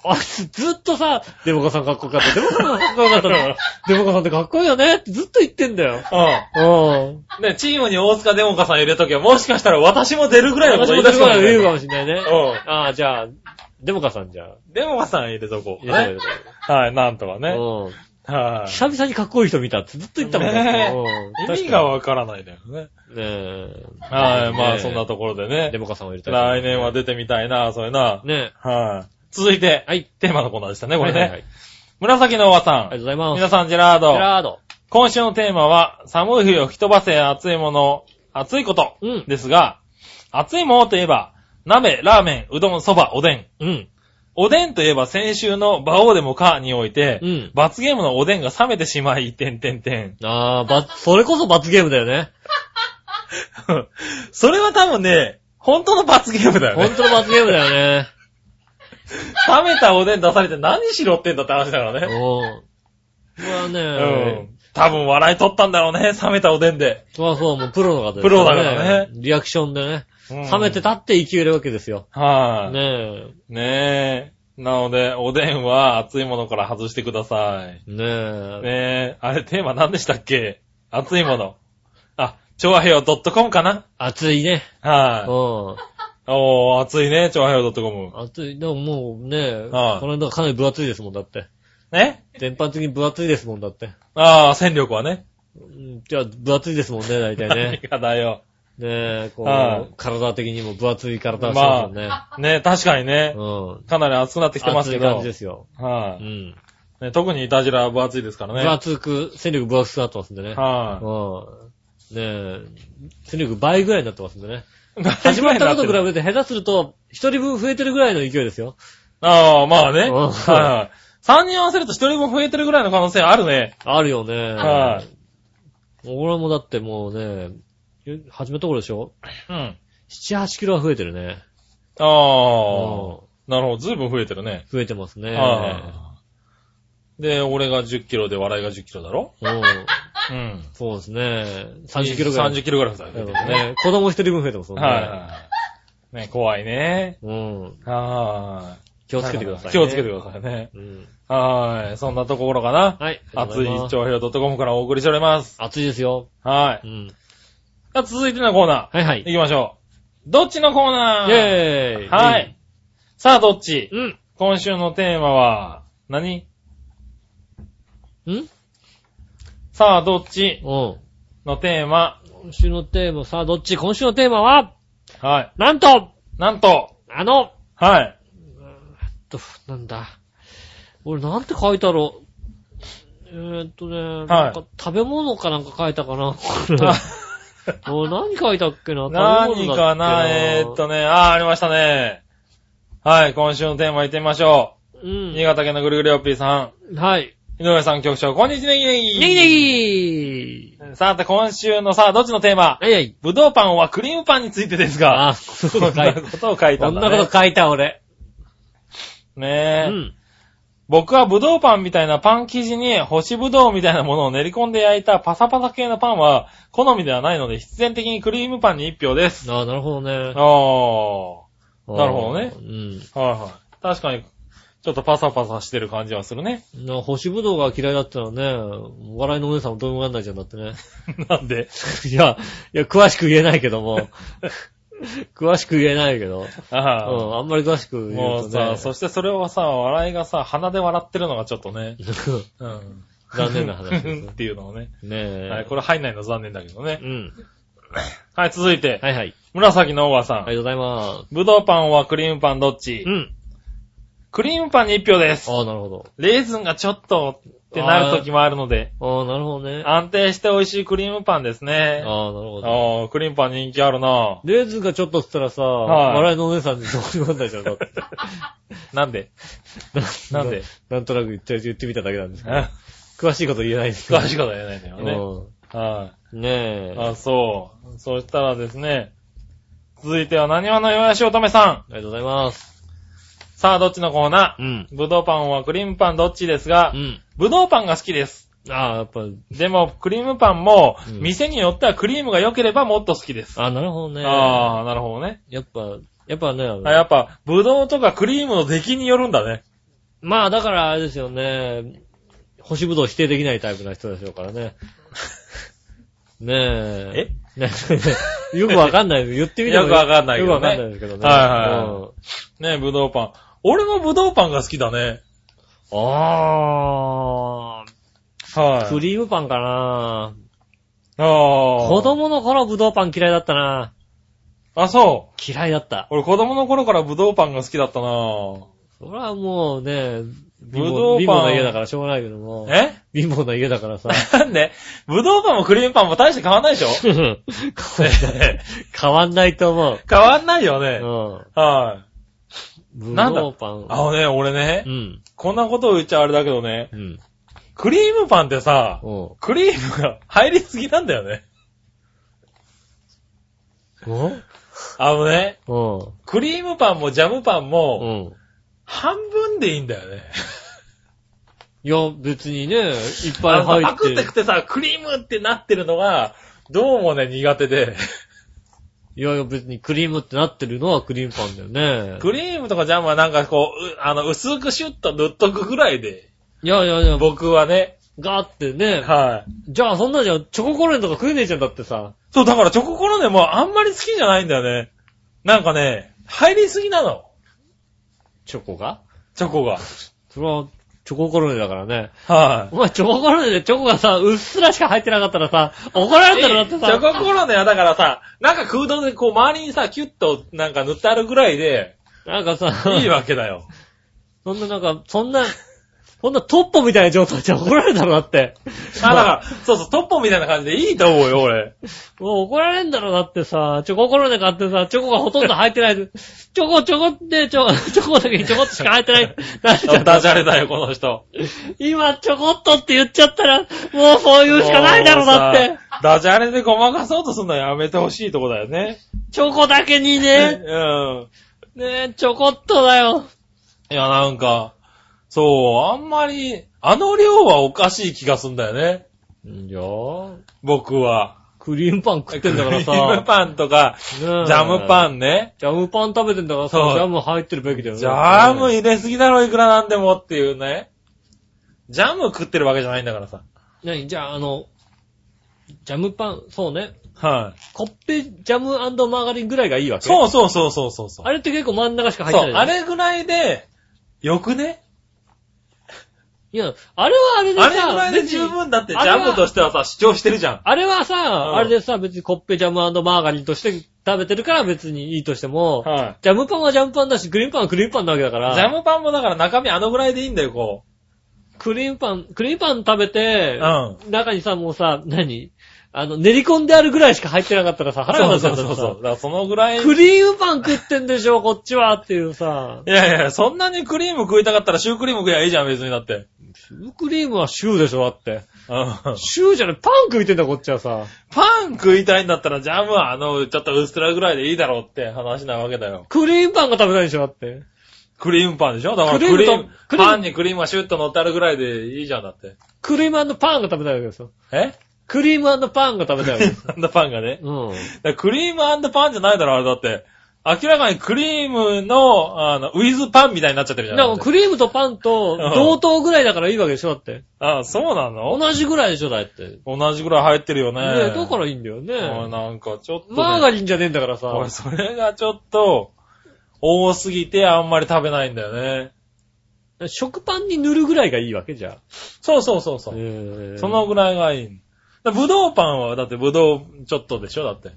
あいつずっとさ、デモカさんかっこよかった。デモカさんかっこよかった な。デモカさんってかっこいいよねってずっと言ってんだよ。ん。うん。うん。ねチームに大塚デモカさん入れときゃ、もしかしたら私も出るぐらいのこと私言もい出出するかかもらし言うれかない。もしんないね。うああ、じゃあ、デモカさんじゃあ。デモカさん入れとこう。入れねてあはい、なんとかげねる。うん。はい。久々にかっこいい人見たってずっと言ったもんねえうん意味がわからないだよね。確かにねはい、まねあそんなところでえ。デね。モカさんを入れたい。来年は出てみたいな、それな。ねはい。続いてえ。、はい。テーマのコーナーでしたね、こはれいはいはい。ね。紫のおばさ。ありがとうんございます。皆さん、ジェラージェド。ラード。今週のテーマは、寒い冬を吹き飛ばせ、暑いもの、暑いことうん。ですが、暑いものといえば、鍋、ラーメン、うどん、そば、おでん。うん。おでんといえば先週の馬王でもかにおいて、うん罰ゲームのおでんが冷めてしまい、てんてんてん。ああ、ば、それこそ罰ゲームだよね。それは多分ね、本当の罰ゲームだよね本。当の罰ゲームだよ ね。冷めたおでん出されて何しろってんだって話だからうね。ん。これはね、うん。多分笑い取ったんだろうね、冷めたおでんで。そりゃそう、もうプロの方です、プロだからねリアクションでね、うん冷めてたって生きれるわけですよ。はい、ねねえ。なので、おでんは熱いものから外してください。え。ねえ。ねえ。あれ、テーマ何でしたっけ熱いもの。あ、調和平和 .com かな暑いね。はい、うん。おー、熱いね、調和平和 .com。暑い。でももうねえ、はいこの間かなり分厚いですもんだって。ね全般的に分厚いですもんだって。ああ、戦力はね。うんじゃあ、分厚いですもんね、大体ね。何がだよ。ねえ、こ、はいう体的にも分厚い体をしてますもんね。ねえ、確かに ね。うん。かなり熱くなってきてま熱すけい感どじ。ですよ。はうい、ん。ね。特にイタジラは分厚いですからね。分厚く、戦力分厚くなってますんでね。はい、うん。ねえ、戦力倍ぐらいになってますんでね。始まったことと比べて下手すると、一人分増えてるぐらいの勢いですよ。 ああ、まあね。はいうんはい。3人合わせると1人分増えてるぐらいの可能性あるね。あるよね。は俺もだってもうね、始めた頃でしょうん。 ?7、8キロは増えてるね。ああ、なるほど。ずいぶん増えてるね。増えてますね。あーで、俺が10キロで笑いが10キロだろうんうん。そうですね。30キロぐらい。 30キロぐらい増えてそうるですね。ね。子供一人分増えてますもんね。はいはい。ね、怖いね。うん。はーい。気をつけてくださいね。気をつけてくださいね。うん。はーい。そんなところかな。はい。熱い調平洋 .com からお送りしております。暑いですよ。はうい。ん。じゃあ続いてのコーナはいはー。い。行きましょう。どっちのコーナイーェーイ。はい。。さあ、どっちうん。今週のテーマは何、うんさあ、どっちうん。のテーマ。今週のテーマ、さあどっち今週のテーマは、はい。なんと、なんと、あの、 はい。となんだ。俺なんて書いたろう。えーっとね、なんか食べ物かなんか書いたかな。 俺何書いたっけな 何かなえーっ。とね、あー、ありましたね。はい、今週のテーマ行ってみましょ食べう。物新だっ潟県のぐるぐるよっぴーさけなうん。はい。ん、井上さん局長、こんにちはネギネギネギネギさて、今週のさあ、どっちのテーマはいはい。ぶどうパンはクリームパンについてですが、あ、そこうんだ書 ないことを書いた。たこんんだ、なね。こと書いた俺。うねえ、ん。僕はぶどうパンみたいなパン生地に干しぶどうみたいなものを練り込んで焼いたパサパサ系のパンは好みではないので必然的にクリームパンに一票です。ああ、なるほどね。ああ。はなるほどねうん。いはい。確かに、ちょっとパサパサしてる感じはするね。 な、干しぶどうが嫌いだったらね、お笑いのお姉さんもどうにもなんないじゃんだってね。 なんで いや、いや、詳しく言えないけども。 詳しく言えないけど。うああ。ん、あんまり詳しく言もうとうねさ、。そしてそれはさ、笑いがさ、鼻で笑ってるのがちょっとね、うん。 残念な話ふで んっていうのをね。す。ねえ。 はい、これ入んないの残念だけどねう。ん。はい、続いて、はいはい。紫のオーバーさありん。がとうございまぶどうパンはクリームパンどっちす。うん。クリームパンに一票です。ああ、なるほど。レーズンがちょっとってなる時もあるので、ああ、なるほどね。あ安定して美味しいクリームパンですあ、ね。あなるほど。あー、クリームパン人気あるなレーズンがちょっとっつったらさ、はい笑いのお姉さんにどうにもなんないじゃんだって。なんで なんで なんとなく言って、言ってみただけなんですけど。詳詳しいこと言えないですけど。しいことは言えないんだよね。はうん。ねえい。。あ、そう。そしたらですね、続いては何話のよやしおとめさん。ありがとうございます。さあ、どっちのコーナうーん。ぶどうパンはクリームパンどっちですがう、ん。ぶどうパンが好きです。ああ、やっぱ、でも、クリームパンもう、ん店によってはクリームが良ければもっと好きです。ああ、なるほどね。ああ、なるほどね。やっぱ、やっぱね、あやっぱ、ぶどうとかクリームの出来によるんだね。まあだからあれですよね、干しぶどう否定できないタイプな人でしょうから ね。ねえ。えね よくわかんない。言ってみてもよくわかんないけよどくねわかんないですけどね。はいはいねぶどうパン。俺もぶどうパンが好きだね。うんあはー、い。クリームパンかなああ。子供の頃ぶどうパン嫌いだったなあ、そう。嫌いだった。俺子供の頃からぶどうパンが好きだったなそれはもうね、貧ぶど乏う貧乏パンな家だからしょうがないけども。え貧乏な家だ からさ。なんでぶどうパンもクリームパンも大して変わんないでしょ変わんない変わんないと思う。変わんないよね。うん。はぶなんだどうパンい。。あのね、俺ねう、ん。こんなことを言っちゃあれだけどね、うん。クリームパンってさ、おクリームが入りすぎなんだよね。おあのね、おクリームパンもジャムパうンも、ん。半分でいいんだよね。いや、別にね、いっぱいあの入さパっクてってるく。てさ、クリームってなってるのが、どうもね、苦手で。いやいや、別にクリームってなってるのはクリームパンだよね。クリームとかジャムはなんかこう、うあの、薄くシュッと塗っとくぐらいで、いやいやいや、僕はね。ガーってね。はい。じゃあそんなんじゃチョココロネとか食えねえじゃんだってさ。そう、だからチョココロネもあんまり好きじゃないんだよね。なんかね、入りすぎなの。チョコがチョコが。それは、チョココロネだからね。はい。お前チョココロネでチョコがさ、うっすらしか入ってなかったらさ、怒られチたらだってさ。ョココロネはだからさ、なんか空洞でこう周りにさ、キュッとなんか塗ってあるぐらいで、なんかさ、いいわけだよ。そんななんか、そんな、こんなトッポみたいな状態じゃ怒られるだろうなって。あ、だから、そうそう、トッポみたいな感じでいいと思うよ、俺。もう怒られんだろうなってさ、チョココロネ買ってさ、チョコがほとんど入ってない。チョコチョコって、チョコ、チョコだけにちょこっとしか入ってない。なっちゃうダジャレだよ、この人。今、ちょこっとって言っちゃったら、もうそういうしかないだろうなっもてうさ。。ダジャレでごまかそうとするのやめてほしいとこだよね。チョコだけにね、うん。ねえ、ちょこっとだよ。いや、なんか、そう、あんまり、あの量はおかしい気がすんだよね。いやー、僕は。クリームパン食ってんだ からさ。クリームパンとか、ジジャムパン。ンね。ジャムパン食べてんだからさ、そうジャム入ってるべきだよね。ジャム入れすぎだろ、いくらなんでもっていうね。ジャム食ってるわけじゃないんだからさ。何じゃあ、あの、ジャムパン、そうね。はい、コッペジャムマーガリンぐらいがいいわけ。そううそうそうそうそうそう。あれって結構真ん中しか入ってそなう、い。あれぐらいで、よくねいや、あれはあれでさ、あれぐらいで別に十分だって、ジあれはャムとしてはさ、主張してるじゃん。あれはさ、うんあれでさ、別にコッペジャムマーガリンとして食べてるから別にいいとしても、はジャムパンはジャムパンだし、クリームパンはクリームパンなわけだから、ジャムパンもだから中身あのぐらいでいいんだよ、こクリームパン、クリームパン食べて、う中にさ、もうさ、何あの、練り込んであるぐらいしか入ってなかったらさ、う。腹が立そうっちゃそううんそだからさうそう。だからそのぐらい。クリームパン食ってんでしょ、こっちはっていうさ。いやいや、そんなにクリーム食いたかったらシュークリーム食えばいいじゃん、別にだって。シュークリームはシューでしょ、だって。うんシューじゃない、パン食いてんだ、こっちはさ。パン食いたいんだったらジャムはあの、ちょっとうっすらぐらいでいいだろうって話なわけだよ。クリームパンが食べたいでしょ、だって。クリームパンでしょだかクらリークムリームとクリームパンにクリームがシュッと乗ってあるぐらいでいいじゃん、だって。クリームパンが食べたいわけですよ。えクリームパンが食べたいわけ です。なんだパンがね。うん。だからクリームパンじゃないだろ、あれだって。明らかにクリームの、あの、ウィズパンみたいになっちゃってるじゃだん。からクリームとパンと同等ぐらいだからいいわけでしょ、だって。あ、そうなの同じぐらいでしょ、だって。ね同じぐらい入ってるよね。え、だからいいんだよおいね。なんかちょっと、ね。マーガリンじゃねえんだからさ。おいそれがちょっと、多すぎてあんまり食べないんだよね。食パンに塗るぐらいがいいわけじゃそうそうそうそう。ん。そのぐらいがいい。だぶどうパンは、だってぶどうちょっとでしょだって。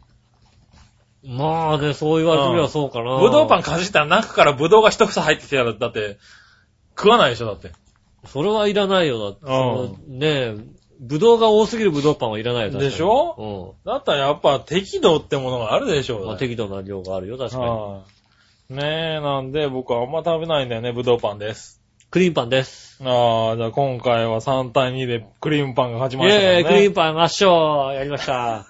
まあね、そう言われてみればそうかな。ぶどうパンかじったら中からぶどうが一房入ってきたら、だって、食わないでしょだって。それはいらないよ、だって。うそんのねえ、ぶどうが多すぎるぶどうパンはいらないよ、確かにでしょだったらやっぱ適度ってものがあるでしょうん。うまあ適度な量があるよ、確かに。はいねえ、なんで僕はあんま食べないんだよね、ぶどうパンです。クリームパンです。ああ、じゃあ今回は3対2でクリームパンが勝ちイましたからェーね。イ、クリームパン圧勝やりま した。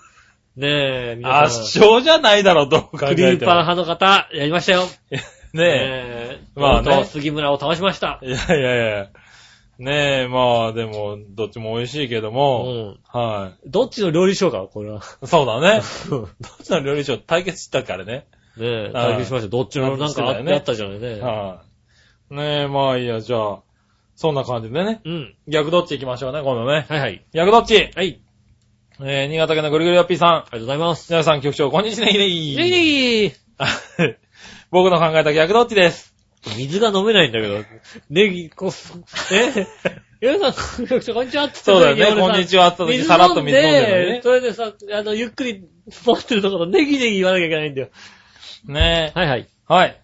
ねえ、皆圧さん。勝じゃないだろ、どう考クえても。リームパン派の方、やりましたよ。ねねえ。まあねとうとう杉村を倒しました。え。いやいやいや。ねえ、まあでも、どっちも美味しいけどうも、ん。はどっちの料理賞か、これ は。い。そうだね。ねどっちの料理長対決したからね。え、はい対決しました。どっちのなんかあそうだよねあったじゃないね。はい。ねえ、まあいいや、じゃあ、そんな感じでね。うん。逆どっち行きましょうね、今度ね。はいはい。逆どっちはい。ありえー、新潟県のぐるぐるよっぴーさん。がとうございます。皆さん局長、こんにちは、ネギネギネギネギはい 僕の考えた逆どっちです。水が飲めないんだけど、ネギ、こ、 えヨネさん、こんにちはってそ うだよねヨネさこんにちはって言った時さらっと水飲んでるのねそれでさ、あの、ゆっくり持ってるところ、ネギネギ言わなきゃいけないんだよ。ねはいはい。え。はい。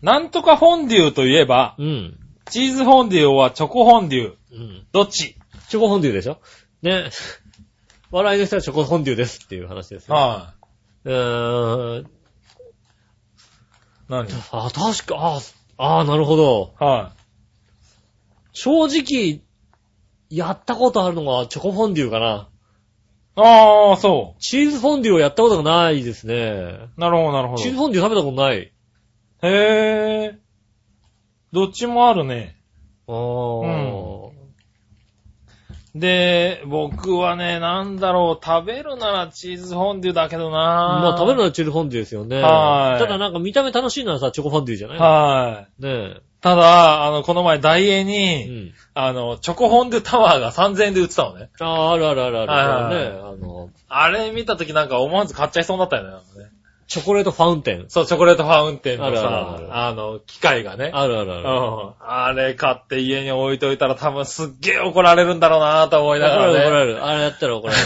なんとかフォンデューといえば、うん。チーズフォンデューはチョコフォンデュー。うん。どっちチョコフォンデュでしょね。笑いの人はチョコフォンデュですっていう話です、ね。はうーん。い。何あ、確か、ああー、なるほど。は正直、やったことあるのがチョコフォンデュかな。い。ああ、そチーズフォンデュをやったことがないですね。う。なるほど、なるほチーズど。フォンデュ食べたことない。へえ。どっちもあるね。あーで、僕はね、なんだろう、食べるならチーズフォンデューだけどなまあ食べるのはチーズフォンデュですよね。はいただなんか見た目楽しいのはさ、チョコフォンデュじゃないはい。ねただ、あの、この前、ダイエーえ。に、うん。あの、チョコホンデュタワーが3000円で売ってたのね。ああ、あるあるあるある。はねいあの、あれ見た時なんか思わず買っちゃいそうになったよねなんかね。チョコレートファウンテン。そう、チョコレートファウンテンのさ、ああるあるの、機械がね。あるあるあうる。ん。あれ買って家に置いといたら多分すっげえ怒られるんだろうなと思いな怒がららね。れる怒られる。あれやったら怒 られる。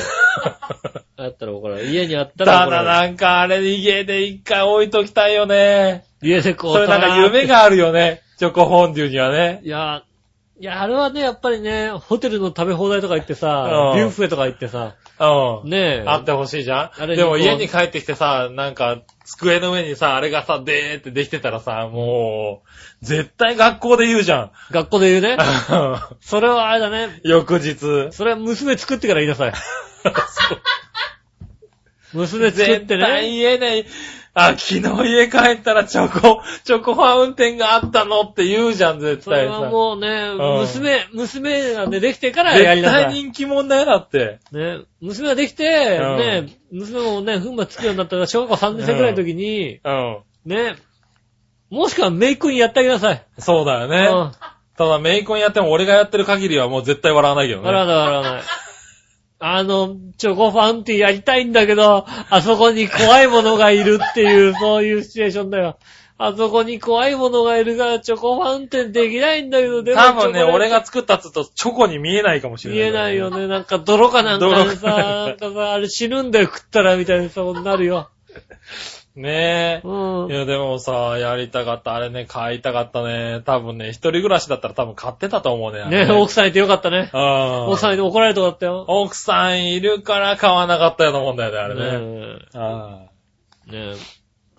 あれやったら怒られる。家にあったたら怒だられる。なんかあれ家で一回置いときたいよね。家でこう。それなんか夢が。があるよね。チョコフォンデュにはね。いや、いや、あれはね、やっぱりね、ホテルの食べ放題とか行ってさう、んビュッフェとか行ってさ、うん。ねえ。あってほしいじゃあんれでも家に帰ってきてさ、なんか、机の上にさ、あれがさ、でーってできてたらさ、もう、絶対学校で言うじゃん。 学校で言うね。それはあれだね。翌日。それは娘作ってから言いな さい。娘作っ絶て対ね。家で、あ、昨日家帰ったらチョコ、チョコファウンテンがあったのって言うじゃん、絶それ対はさ。もうね、ん娘、娘がね、できてからやり絶なさ対い。人気者だよ、だって。ね、娘ができて、うんね、娘もね、ふんばつくようになったら、小学校3年生くらいの時に、うん。ね、もしくはメイクにやってあげなさい。そうだようね。ん。ただ、メイコンやっても俺がやってる限りはもう絶対笑わないけどね。笑わない笑わない。あの、チョコファンティやりたいんだけど、あそこに怖いものがいるって いう、そういうシチュエーションだよ。あそこに怖いものがいるから、チョコファンテンできないんだけど、でも。多分ね、チョコレート俺が作ったっつうとチョコに見えないかもしれない。見えないよ。ね。なんか泥かなんかで泥かなんさ、なんかさ、あれ死ぬんだよ、食ったら、みたいなそうなるよ。ねうえ。いん。や、でもさ、やりたかった。あれね、買いたかったね。多分ね、一人暮らしだったら多分買ってたと思うね。あれね、奥さんいてよかったね。あ奥さんいて怒られるとこだったよ。奥さんいるから買わなかったようなもんだよね、あれね。あねえ。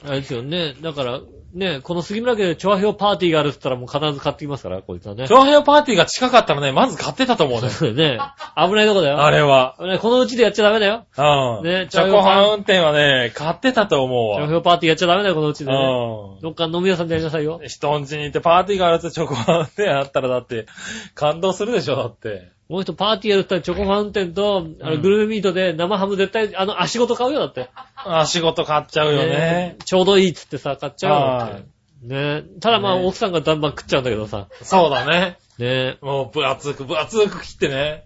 あれですよね。だから、ねこの杉村家で調和表パーティーがあるって言ったらもう必ず買ってきますから、こいつはねあ。。長編パーティーが近かったらね、まず買ってたと思うね。そうだ よね。危ないとこだよ。あれは。ねこのうちでやっちゃダメだよ。うん。ねチョコハ運転はね、買ってたと思調う和わ。表パーティーやっちゃダメだよ、このうちでね。うどっか飲み屋さんでやりなさいよ。ん。人ん家に行ってパーティーがあるってチョコハ運転あったらだって、感動するでしょ、だって。もう一人パーティーやるって言ったらチョコファンテンと、あの、グルメミートで生ハム絶対、あの、足ごと買うよ、だって。あ、仕事買っちゃうよね。えちょうどいいっつってさ、買っちゃうよだってはいねただまあ、ね奥さんがだんだん食っちゃうんだけどさ。そうだね。ね もう、分厚く、分厚く切ってね。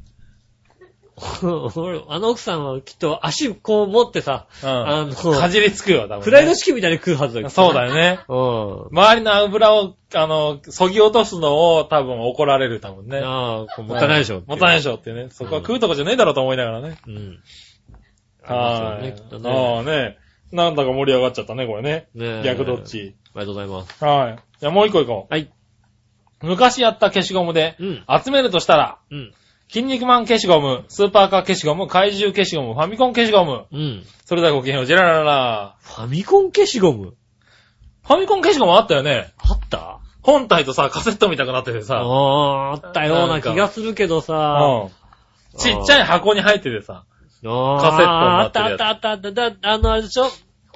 俺あの奥さんはきっと足こう持ってさ、うあん。の、かじりつくよ、多分ね。フライドチキンみたいに食うはずだよ。そうだよね。うん。周りの油を、あの、そぎ落とすのを多分怒られる、多分ね。ああ、こうもったいないでしょ。もったいないい。でしょってね。そこは食うとこじゃねえだろうと思いながらね。うん。あはりい。ますよねきっとねああね。なんだか盛り上がっちゃったね、これね。ねえ逆どっち。ありがとうございます。はい。じゃあもう一個いこはい。う。昔やった消しゴムでう、ん。集めるとしたら、うん。筋肉マン消しゴム、スーパーカー消しゴム、怪獣消しゴム、ファミコン消しゴム。うん。それではごきげんよう、ジェララララ。ファミコン消しゴムファミコン消しゴムあったよね。あった本体とさ、カセットみたくなっててさ。あーあったような気がするけどさ。うん。ちっちゃい箱に入っててさ。あーカセットになってるあやっつたあったあったあった。だあの、あれでしょ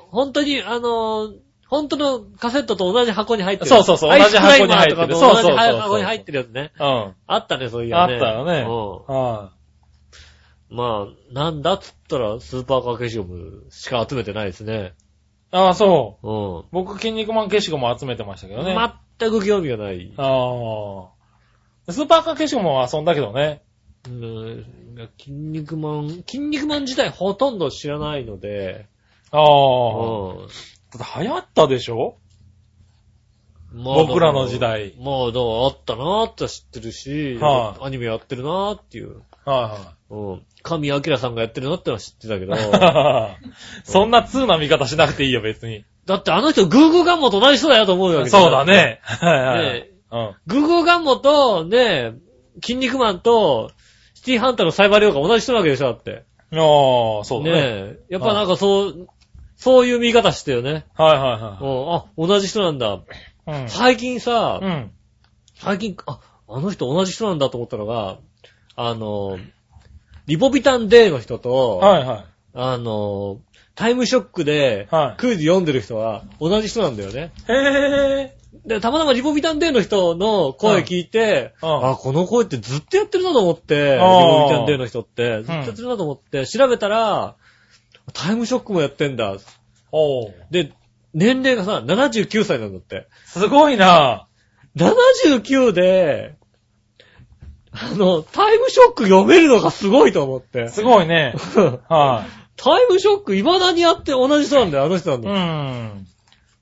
本当に、あのー、本当のカセットと同じ箱に入ってる。そうそうそうアイスクライマーとかと同同じじ箱に入ってるそうそうそうそう箱に入ってるやつね。うん。ああったね、そういうっのたね。よね。うはん。まあ、なんだっつったら、スーパーカー消しゴムしか集めてないですね。い。ああ、そう。うん。僕、筋肉マン消しゴム集めてましたけどね。あ全く興味がない。あ。スーパーカー消しゴムは遊んだけどね。うん。筋肉マン、筋肉マン自体ほとんど知らないので、うああ。ん。だって流行ったでしょまあ僕らの時代。まあ、だからあったなーって知ってるし、はアニメやってるなーっていう。はうん。神明さんがやってるなってのは知ってた けどい。はい。そんな通な見方しなくていいよ、別に。だってあの人、グーグーガンモと同じ人だよと思うわけそうだ。ね。はいはねい。うん。グーグーガンモと、ね、筋肉マンと、シティハンターのサイバーリョウが同じ人なわけでしょ、だって。ああ、そうだね。ねやっぱなんかそう、そういう見方してよね。はいはういん。あ、同じ人なんだ。はい。最近さ、うん。うん。最近、あ、あの人同じ人なんだと思ったのが、あの、リポビタン D の人と、はいはい。あの、タイムショックでは、いクイズ読んでる人は同じ人なんだよね。へえ。で、たまたまリポビタン D の人の声聞いて、うんうんあ、この声ってずっとやってるなと思って、リあーポビタン D の人って、ずっとやってるなと思って、調べたら、タイムショックもやってんだ。おう。で、年齢がさ、79歳なんだって。すごいな79で、あの、タイムショック読めるのがすごいと思って。 すごいね。はタイムショック未だにやって同じ人なんだよ、あの人なんい。だうよ。ん。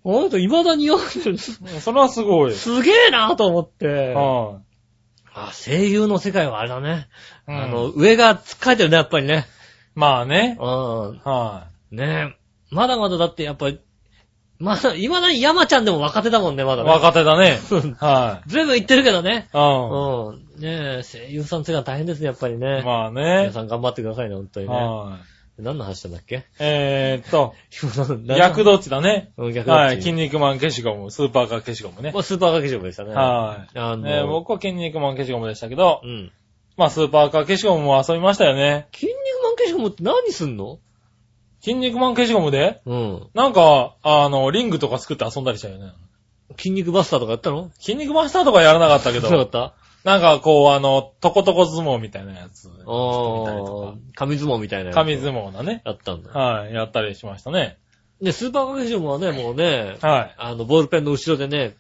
あの人未だに読んでる。それはすごい。すげえなと思って。はあ声優の世界はあれだね。い。あうの、ん、上がつっかえてるね、やっぱりね。まあね。うん。はねえ。まだまだだってやっぱり、まだ、いまだに山ちゃんでも若手だもんね、まだね。若手だね。は全部言ってるけどね。い。ううん。ねえ、声優さんっていうのは大変ですね、やっぱりん。ね。まあ皆ね。さん頑張ってくださいね、本当にね。はい。何の話したんだっ けえーっと、逆逆。どっちだね。うん逆はだい。筋肉マン消しゴム、スーパーカー消しゴムねも。うスーパー掛け勝負でしたね。はい。あの、えー僕は筋肉マン消しゴムでしたけどう、ん。まあスーパーカー消しゴムも遊びましたよね。筋肉マン消しゴムって何すんの筋肉マン消しゴムでうん。なんか、あの、リングとか作って遊んだりしたよね。筋肉バスターとかやったの筋肉マスターとかやらなかったけそうだどっ、たなんかこう、あの、トコトコ相撲みたいなやつ。ああ、紙相撲みたいなやつ。紙相撲だね。やったんだ。はい、やったりしましたね。で、スーパー掛け勝負はね、もうね、はい。あの、ボールペンの後ろでね、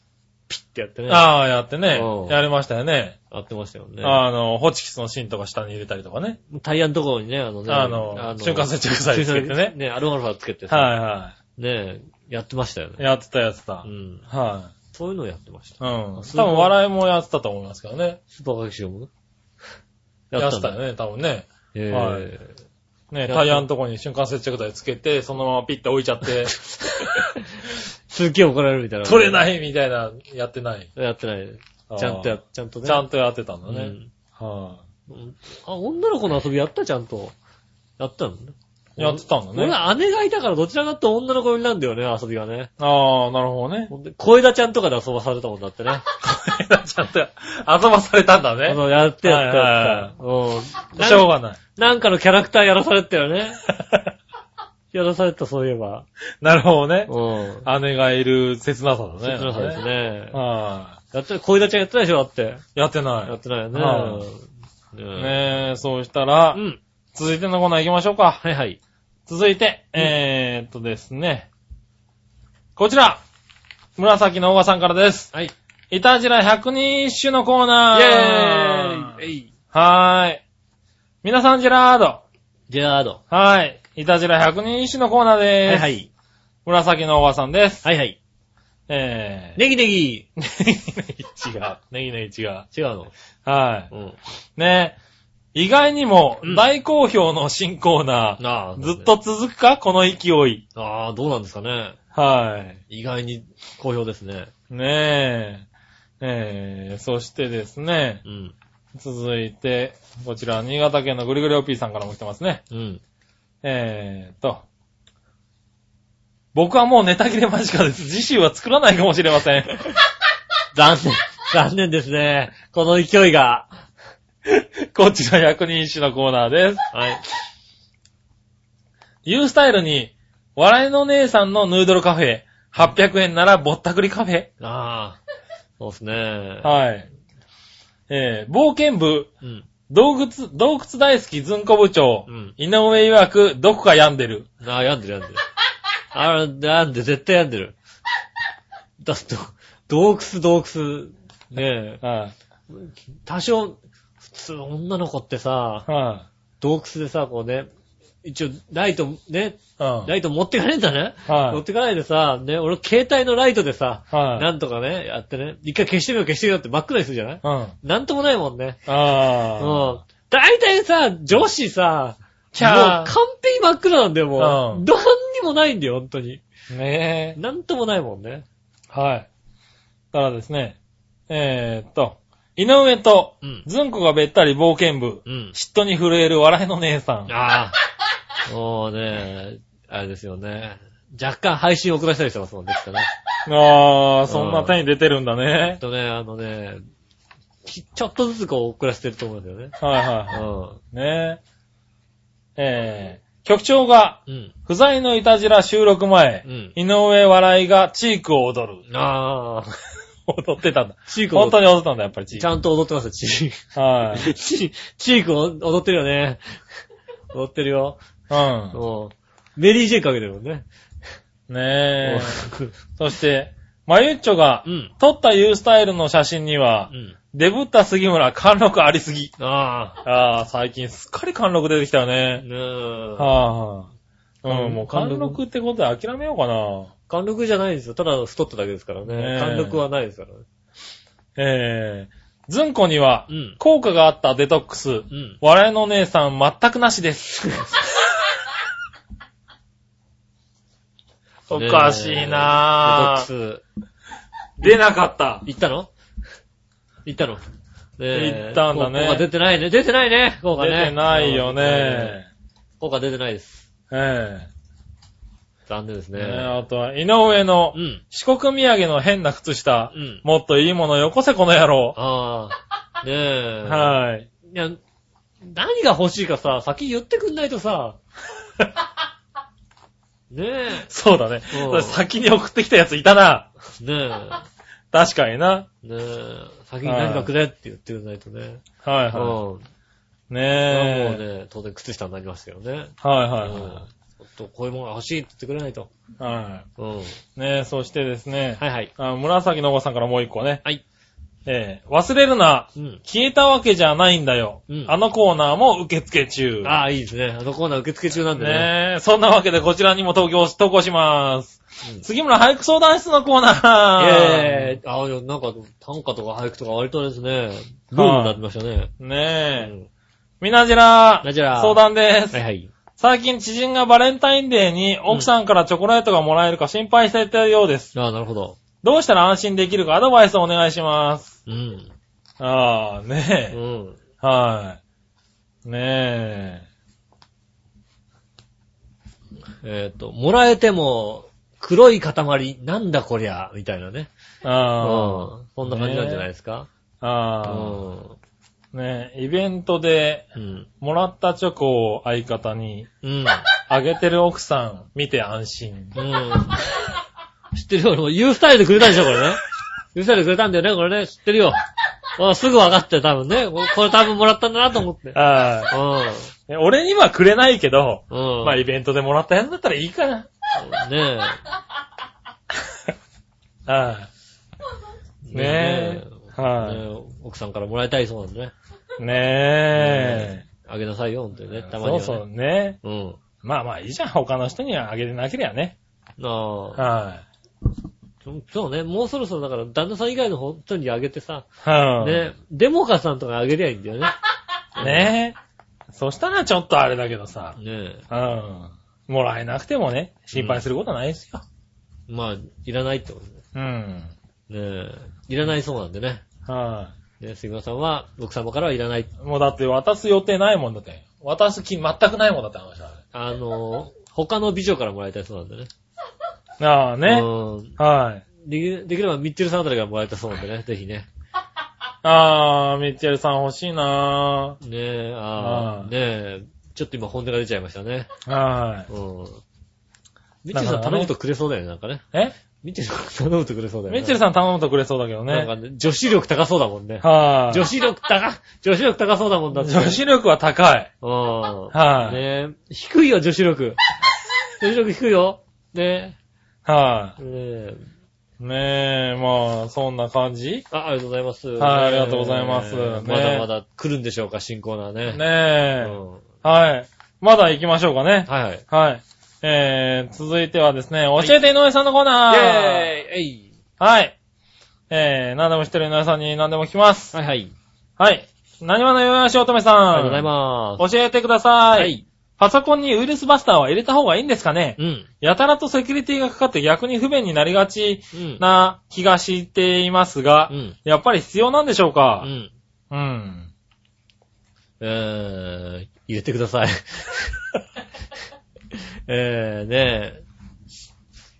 ピッてやってね、やああ、やってねうん。やりましたよね。ってましたよね。あの、ホチキスの芯とか下に入れたりとかね。タイヤのところにね、あのね、あの瞬間接着剤つけ瞬てね間接着ね、アルファルファつけてさ、はいはね、やってましたよい。ね。やってたやってたう。ん。はそういうのをやってましたい。。うん。多すごい分笑いもやってたと思いますけどね。スーパー掛け勝負 やってたよよね、多分ね。えはーいやね、ったタイヤのとこに瞬間接着剤つけて、そのままピッて置いち ゃって、 すっげえ怒られるみたいな。。取れないいみたいな、やってない。やってない。ちゃんとや、ちゃんとね。ちゃんとやってたんだうね。んはうんあ、女の子の遊びやったちゃんと。やったのね。い。やってたんだね。俺、姉がいたからどちらかって女の子寄りなんだよね、遊びがね。ああ、なるほどね。 ほんで、小枝ちゃんとかで遊ばされたもんだってね。ちゃんと遊ばされたんだあね。の、やってやったはいはいやった。うん。しょうなが ない。なんかのキャラクターやらされてたよね。やらされた、そういえば。なるほどね。 うん。姉がいる切なさだね。切なさですね。はやって、小枝ちゃんやってないでしょ、だって。い。やってやなってないよねは。い。ねねえ、そうしたらう、ん。続いてのコーナー行きましょうか。はいはい。続いて、えーっとですね。こちら紫のオガさんからです。はい。イイタジラ100人一首のコーナーェーイえイいはーい。皆さんジェラードジェラード。はーい。イタジラ100人一首のコーナーでーす。い。紫のオガさんです。はいはい。えー。ネギネギネギネギ違う。ネギネギ違う。違うの。はうん。い。ね意外にもうん大好評の新コーナー。なあ。ずっと続くかこの勢い。ああ、どうなんですかね。はい。意外に好評ですね。ねえ。えー、そしてですね、うん。続いて、こちら、新潟県のぐりぐりおっぴーさんからも来てますね。うん。えーと、僕はもうネタ切れ間近です。次週は作らないかもしれません。 残念。残念ですね。この勢いが。こちら、役人一首のコーナーです。はい。ユースタイルに、笑いの姉さんのヌードルカフェ、800円ならぼったくりカフェ。ああ。そうですね。はい。えー、冒険部、うん。洞窟、洞窟大好きずんこ部長、うん井上曰く、どこか病んでる。ああ、病んでる病んでる。ああ、病んで、絶対病んでる。だって、洞窟洞窟。ねえ。はい、多少、普通女の子ってさ、は洞窟でさ、こうね、一応、ライト、ね、い、うん。ライト持ってかねえんだね。持っはてかないでさ、ね、俺携帯のライトでさ、い。はい。なんとかね、やってね、一回消してみよう消してみようって真っ暗にするじゃないうん。あなんともないもんね。うん。あ。大体さ、女子さ、キャーもう完璧真っ暗なんだよ、もうう。んどんにもないんだよ、本当に。ねなんともないもんね。え。はい。ただですね、えーっと、井上とうん、ずんこがべったり冒険部、うん。嫉妬に震える笑いの姉さん。ああ。 もうね、あれですよね。若干配信遅らせたりしてますもんね、きっとね。ああ、そんな手に出てるんだきっね。とね、あのね、きちょっとずつこう遅らせてると思うんだよね。はいはいうはい。ねえ。えー、局長が、ん。うん。不在のいたじら収録前、うん井上笑いがチークを踊る。ああ。踊ってたんだ。チーク踊本っ当に踊ったんだ、やっぱりチちゃーんと踊ってますよ、チーク。ク。はい。チチークを踊ってるよね。踊ってるよ。うもうメリージェイクかけてるもんね。ん。ねえ。そして、まゆっちょがう、ん。撮ったユースタイルの写真にはう、ん。デブった杉村、貫禄ありすぎ。あああ、最近すっかり貫禄出てきたよあ。ね。ねえ。はあ、はあ、うん、もう貫禄貫禄ってことで諦めようかな。貫禄じゃないですよ。ただ太っただけですからねね。え貫禄はないですからね。ええずんこにはう、ん。効果があったデトックス、うん。笑いのお姉さ ん全くなしです。おかしいなぁ。デトックス。出なかった。行ったの行ったのねえ行ったんだね効果出てないね。出てないね。効果出ね。てないよね。効果出てないです。ええ。残念ですね。ねあとは、井上のうん。四国土産の変な靴下う。ん。もっといいものよこせ、この野郎。ああ。ねえ。はい。いや、何が欲しいかさ、先言ってくんないと さ。ねそうだね。うんそれ先に送ってきたやついたな。え。ね確かにな。え。ねえ。先に何かくれって言ってくんないとね。はいうん。はもい。うねえ。ね、当然靴下になりますよね。はいうはいんは。ちょっとこういうものが欲しいって言ってくれないと。い。はうん。はいい。ねえ、そしてですね。はい。あ紫のおばさんからもう一個ね。はい。ええ忘れるな。うん。消えたわけじゃないんだよ。うんあのコーナーも受付中。ああ、いいですね。あのコーナー受付中なんでね。ねえ、そんなわけでこちらにも投稿し、投稿します。うん杉村俳句相談室のコーナー。ええー。ああ、なんか短歌とか俳句とか割とですね、ブームになってましたね。うねえ、んみなじら、みなじら相談です、はいはい。最近知人がバレンタインデーに奥さんからチョコレートがもらえるか心配していたようです。ああ、なるほど。どうしたら安心できるかアドバイスをお願いします。うん。ああ、うねえ、ん。はい。ねえ。えっ、と、もらえても、黒い塊、なんだこりゃ、みたいなね。うあん。そんな感じなんじゃないですか。あ、あうあ、ねえ、イベントでん。うん。もらったチョコを相方にうん。あげてる奥さん、見て安心。うん。知ってるよ。俺も U スタイルでくれたでしょ、これね。U スタイルでくれたんだよね、これね。知ってるよ。あすぐ分かって、多分ね。ここれ多分もらったんだなと思って。あうあ。俺にはくれないけど、ん。うん。まあイベントでもらったやつだったらいいか な。ねああ。え。ねえ。え。はねえ奥さんからもらいたいそうなんでね。い。ねえ。あげなさいよ、ほんとにね。たまには、そうね。そうね。う。うん。まあまあいいじゃん。他の人にはあげてなければね。なあ。はそうそうね、もうそろそろだから、旦那さん以外の本当にあげてさ、い。はね、デモカさんとかあげりゃいいんだよね。い。ねえ。そしたらちょっとあれだけどさ。ねうん。もらえなくてもね、心配することはないですよ。え、まあ、いらないってことね。うん。ねえ、いらないそうなんでね。はい。ね、杉村さんは、奥様からはいらない。もうだって渡す予定ないもんだって。渡す気全くないもんだって話だね。あのー、他の美女からもらいたいそうなんでね。ああね。うんはい。できできれば、ミッチェルさんあたりからもらいたいそうなんでね、ぜひね。ああ、ミッチェルさん欲しいなねえ、ああ、うねんえ、ちょっと今本音が出ちゃいましたね。ぁ。はうん。ミッチェルさん頼むとくれそうだよね、なんかね。い。えミッチェルさん頼むとくれそうだよね。ミッチェルさん頼むとくれそうだけどなんね。かね、女子力高そうだもんね。はい。女子力高、女子力高そうだもんだって。女子力は高い。うはん。い。ねえ。低いよ、女子力。女子力低いよ。ねはえ。ねえ。い。ねえ、まあ、そんな感じあ、ありがとうございます。はいありがとうございますねえねまだまだ来るんでしょうか、新コーナーね。うねえ。ん。はい。まだ行きましょうかね。はいはい。イはい。えー、続いてはですね、教えて井上さんのコーナーェーイえいはい。えー、何でも知ってる井上さんに何でも聞きます。はいはい。はい。何話のよよしおとめさん。ありがとうございます。教えてください。はい。パソコンにウイルスバスターは入れた方がいいんですかね、うん。やたらとセキュリティがかかって逆に不便になりがちうん。な気がしていますが、うん。やっぱり必要なんでしょううかん。うん。えー、入れてください。 えー、ねえ。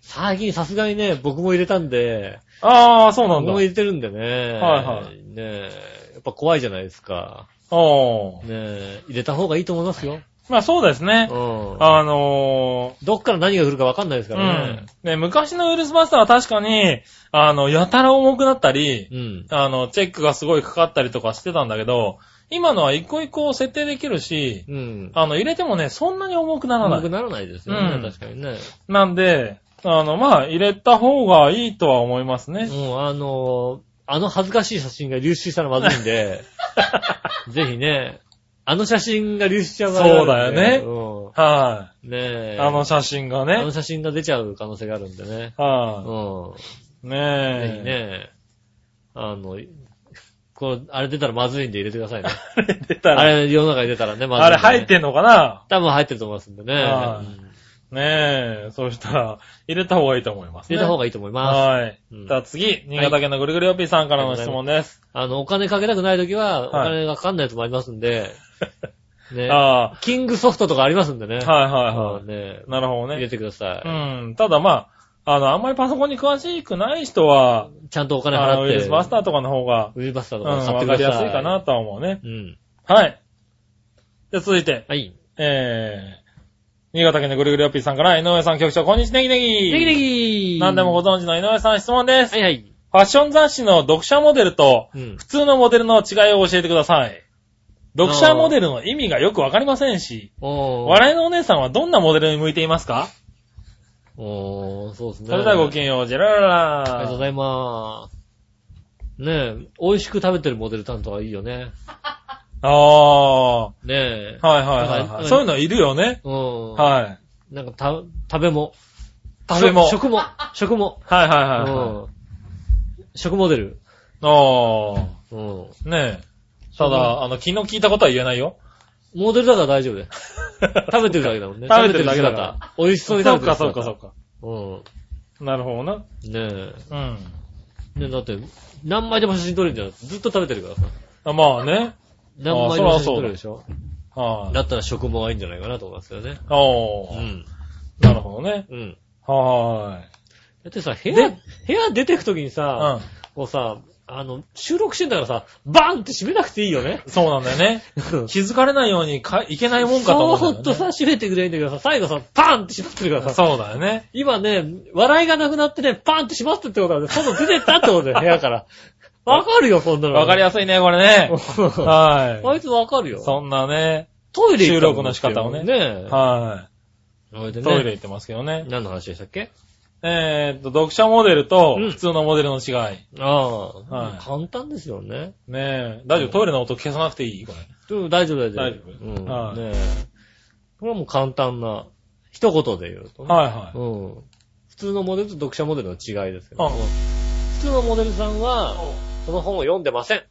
最近さすがにね、僕も入れたんで、ああ、そうなん僕だも。入れてるんでね。はいはいねえ、やっぱ怖いじゃないですか。おねーえ、入れた方がいいと思いますよ。まあそうですね。うん。あのどっから何が来るかわかんないですー、からね。うん、ね。昔のウイルスバスターは確かに、あの、やたら重くなったり、うん。あの、チェックがすごいかかったりとかしてたんだけど、今のは一個一個設定できるし、うん。あの、入れてもね、そんなに重くならな重くい。ならないですよね、うん確かにね。なんで、あの、まあ、入れた方がいいとは思いますね。もう、あのあの恥ずかしい写真が流出したらまずいんで、 ぜひね、あの写真が流出しちゃう場合があるんでそうだうん はねい、え。あの写真あがのね。写真が出ちゃう可能性があるんでね。はうん。い、ぜねえ。ひね、あの、こう、あれ出たらまずいんで入れてくださいね。 あれ出たあら、れ世の中に出たらね、まずいんでね、あれ入ってんのかな多分入ってると思いますんでね。はういんねえ、そうしたら、入れた方がいいと思います、入ね。れた方がいいと思います。はい。うんじゃあ次、新潟県のぐるぐるよっぴーさんからの質問です。あの、お金かけたくないときは、おはい金がかかんないやつもありますんで、 ね。あキングソフトとかありますんでね。あ、はいはあいはのねい。なるほど入ねれ。てください。うん。ただまあ、あの、あんまりパソコンに詳しくない人は、ちゃんとお金あ払の、ウっイて。ルスバスターとかの方が、ウィルバスターうとん、か買っわてくかだりさい。やすいかなとは思うね。うん。はい。じゃあ続いて、はい。えー、新潟県のぐるぐるよっぴーさんから、井上さん局長、こんにちは、ネギネギ。ネギネギ何でもご存知の井上さん質問です。はいはい。ファッション雑誌の読者モデルとうん普。通のモデルの違いを教えてください。読者モデルの意味がよくわかりませんし、おー。笑いのお姉さんはどんなモデルに向いていますかおー、そうですね。それではごきげんよう、ジェララありがとうごラざいます。ねえ、美味しく食べてるモデル担当はいいよね。ああー、ねえ。はいはいはいはい。そういうのいるよね。うん。はい。い。なんかた、食べも。食べも食食も。食も。はいはいうはいはい。ん。食モデル。ああ、うん。ねえ。ただ、あの、気の利いたことは言えないよ。モデルだから大丈夫だよ。食べてるだけだもんね。 食べてるだけ食べてるだから姿。美味しそうに食べてる そ姿。うかそうかそうそうか。なるほどな。か。うん。ねうん。え。ねえ、だって、何枚でも写真撮れるんじゃないずっと食べてるからさ。あまあね。何枚でも写真撮れるでしょはいだ。ったら食もがいいんじゃないかなと思いますよね。おうー。ん。なるほどね。うん。はだってさ、部屋、部屋出てくときにーい。さ、うん。こうさ、あの、収録してんだからさ、バーンって閉めなくていいよね。 そうなんだよね。気づかれないようにかいけないもんかとそ思うーんっだとよね。さ、閉めてくれんだけどさ、最後さ、パーンって閉まってるからさ、そうだよね。今ね、笑いがなくなってね、パーンって閉まってってことはね、外出てったってことだよ、部屋 から。わかるよ、そんなの。わかりやすいね、これね。 あはいつわかるい。よ。そんなね。トイレ行ったもん収録の仕方をねねはそれでねい。トイレ行ってますけどね。何の話でしたっけえーっと、読者モデルとうん普通のモデルの違い。ああ、はい簡単ですよね。ねえ。大丈夫、トイレの音消さなくていいこれ。うん大丈夫、大丈夫。大丈夫うん。はいねえ。これはもう簡単な、一言で言うとね、はいはい。うん。普通のモデルと読者モデルの違いですけど、あ普通のモデルさんは、その本を読んでません。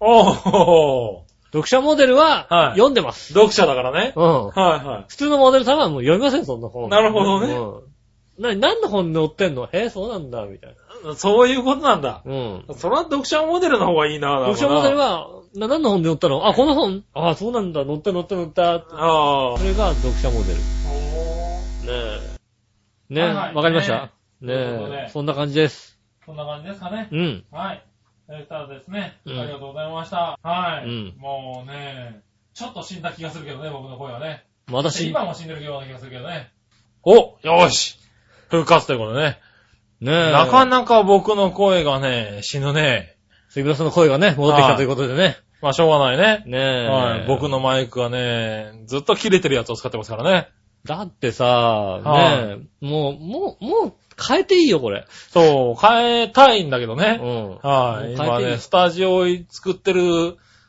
おー。読者モデルはいは、読んでます。読者だからね。うん。はいはい。普通のモデルさんはもう読みません、そんな本。なるほどねうん。な、何の本載ってんのへえ、そうなんだ、みたいな。そういうことなんだ。うん。それは読者モデルの方がいいな、読者モデルは、は。な、何の本で載ったのあ、この本あそうなんだ、載った載った載った。ああそ。れが読者モデル。ねえ。ねえ、はわ、いはいかりましたねねええということでそんな感じです。こんな感じですかね。うん。はい。そしたらですね、うんありがとうございました。はうい、んもうね、ちょっと死んだ気がするけどね、僕の声はね。私、ね今も死んでるような気がするけどね。およし復活ということでね。え、なかなか僕の声がね、死ぬね。杉村さんの声がね、戻ってきたということでね。まあ、しょうがないね。ねえ、はい。僕。のマイクはね、ずっと切れてるやつを使ってますからね。だってさ、はねえ、もう、もう、もう変えていいよ、これ。そう、変えたいんだけどうね。ん。はい。もう変え今ていいね、スタジオを作ってる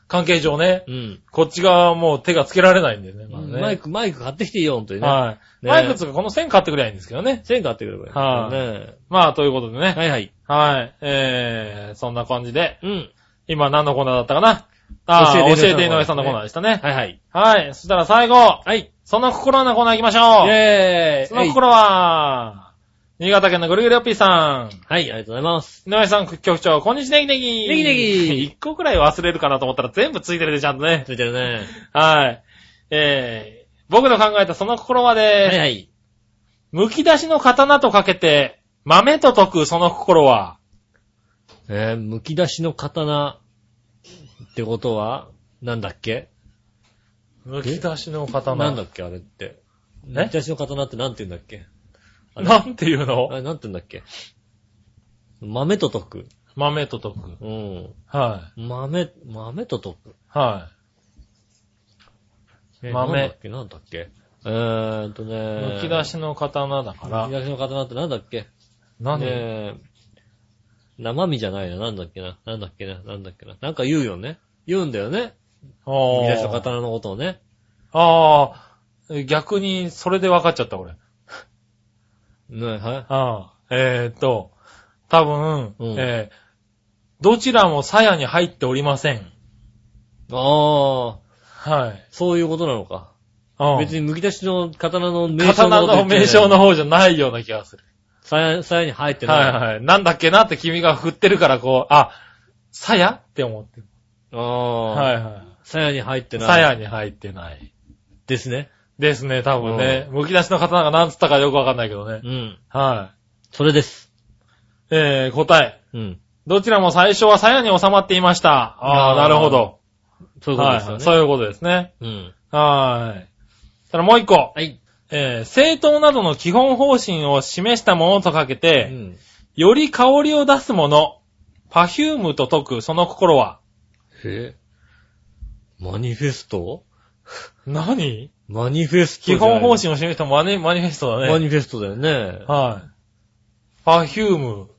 関係上ね、うん。こっち側はもう手がつけられないんでね。まあねマイク、マイク買ってきていいよ、本当にね。はい。ねマイクつうかこの線買ってくれないいんですけどね。線買ってくればいい。はいねまあ、ということでえね。はいはい。はい。えー、そんな感じで、うん。今何のコーナーだったかなあー教教ええてて井井上上ささんんののココーナーナーーでしたね。はいはい。はい。そしたら最後、はい。その心のコーナー行きましょイう。ェーイその心は、新潟県のぐるぐるよっぴーはさん。い、ありがとうございます。井上さん局長、こんにちは、ネギネギ。ネギネギ 一個くらい忘れるかなと思ったら全部ついてるで、ちゃんとね。ついてるね。はい。えー、僕の考えたその心はではす。いはい。剥き出しの刀とかけて、豆と解くその心は、えー、剥き出しの刀ってことは、なんだっけ剥き出しの刀。なんだっけあれって。剥き出しの刀ってなんて言うんだっけあれなんていうあのれなんて言うんだっけ豆と解く。豆と解く。うん。は豆、豆と解く。い。はえー豆なんだっけなんだっけえーっとね。い。剥き出。しの刀だか剥らき、出しの刀ってなんだっけ何でえー生身じゃないな。なんだっけな。なんだっけな。なんだっけな。なんか言うよね。言うんだよね。あ剥き出しのー刀のことをね。あー、逆にそれで分かっちゃった、俺。ね、はい。あーえーっと、多分、うんえーどちらも鞘に入っておりません。ああ。はい。そういうことなのか。うん。別に剥き出しの刀の名称刀の名称のの方じゃないような気がする。鞘。鞘に入ってない。はいはい。なんだっけなって君が振ってるから、こう、あ、鞘って思ってる。ああ。はいは鞘に入ってい。ない。鞘に入ってない。ですね。ですね、多分ね。剥き出しの刀が何つったかよくわかんないけどねう。ん。はそれです。い。えー、答え。うん。どちらも最初は鞘に収まっていました。ああ、あーなるほど。そういうことですはいはよいね。そういうことですね。うん。はーい。そしたらもう一個。はい。えー、政党などの基本方針を示したものとかけうて、ん。より香りを出すもの、パフュームと解く、その心は。えマニフェスト何マニフェストじ基ゃない本方針を示したマニマニフェストだマね。ニフェストだよね。はい。パフューム。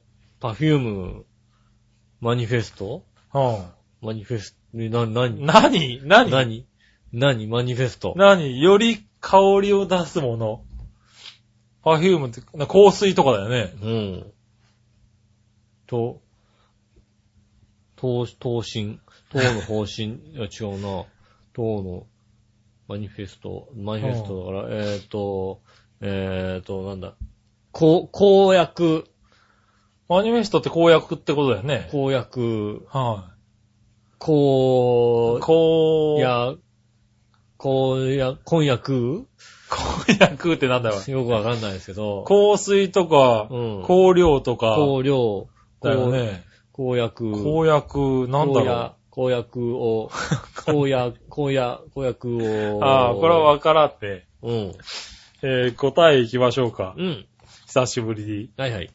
パフューム、マニフェストうん。マニフェスト、な、なに何何何何何マニフェスト。より香りを出すもの。パフュームって、な香水とかだよね。うん。と、と、刀身、党の方針、 いや違うな。党のマニフェスト、マニフェストだから、えっ、ー、と、えっ、ー、と、なんだ。公、公約、マニフェストって公約ってことだよね。公約、は公い。、公、いや、公約、婚約公約ってなんだろう。よくわかんないですけど、香水とか、うん香料とか、公領、だよ公ね。公約、公約、なんだろう。公約 を、公約、公約、公約を。ああ、これはわからんって。うん。えー、答え行きましょうか。うん。久しぶりに。はいはい。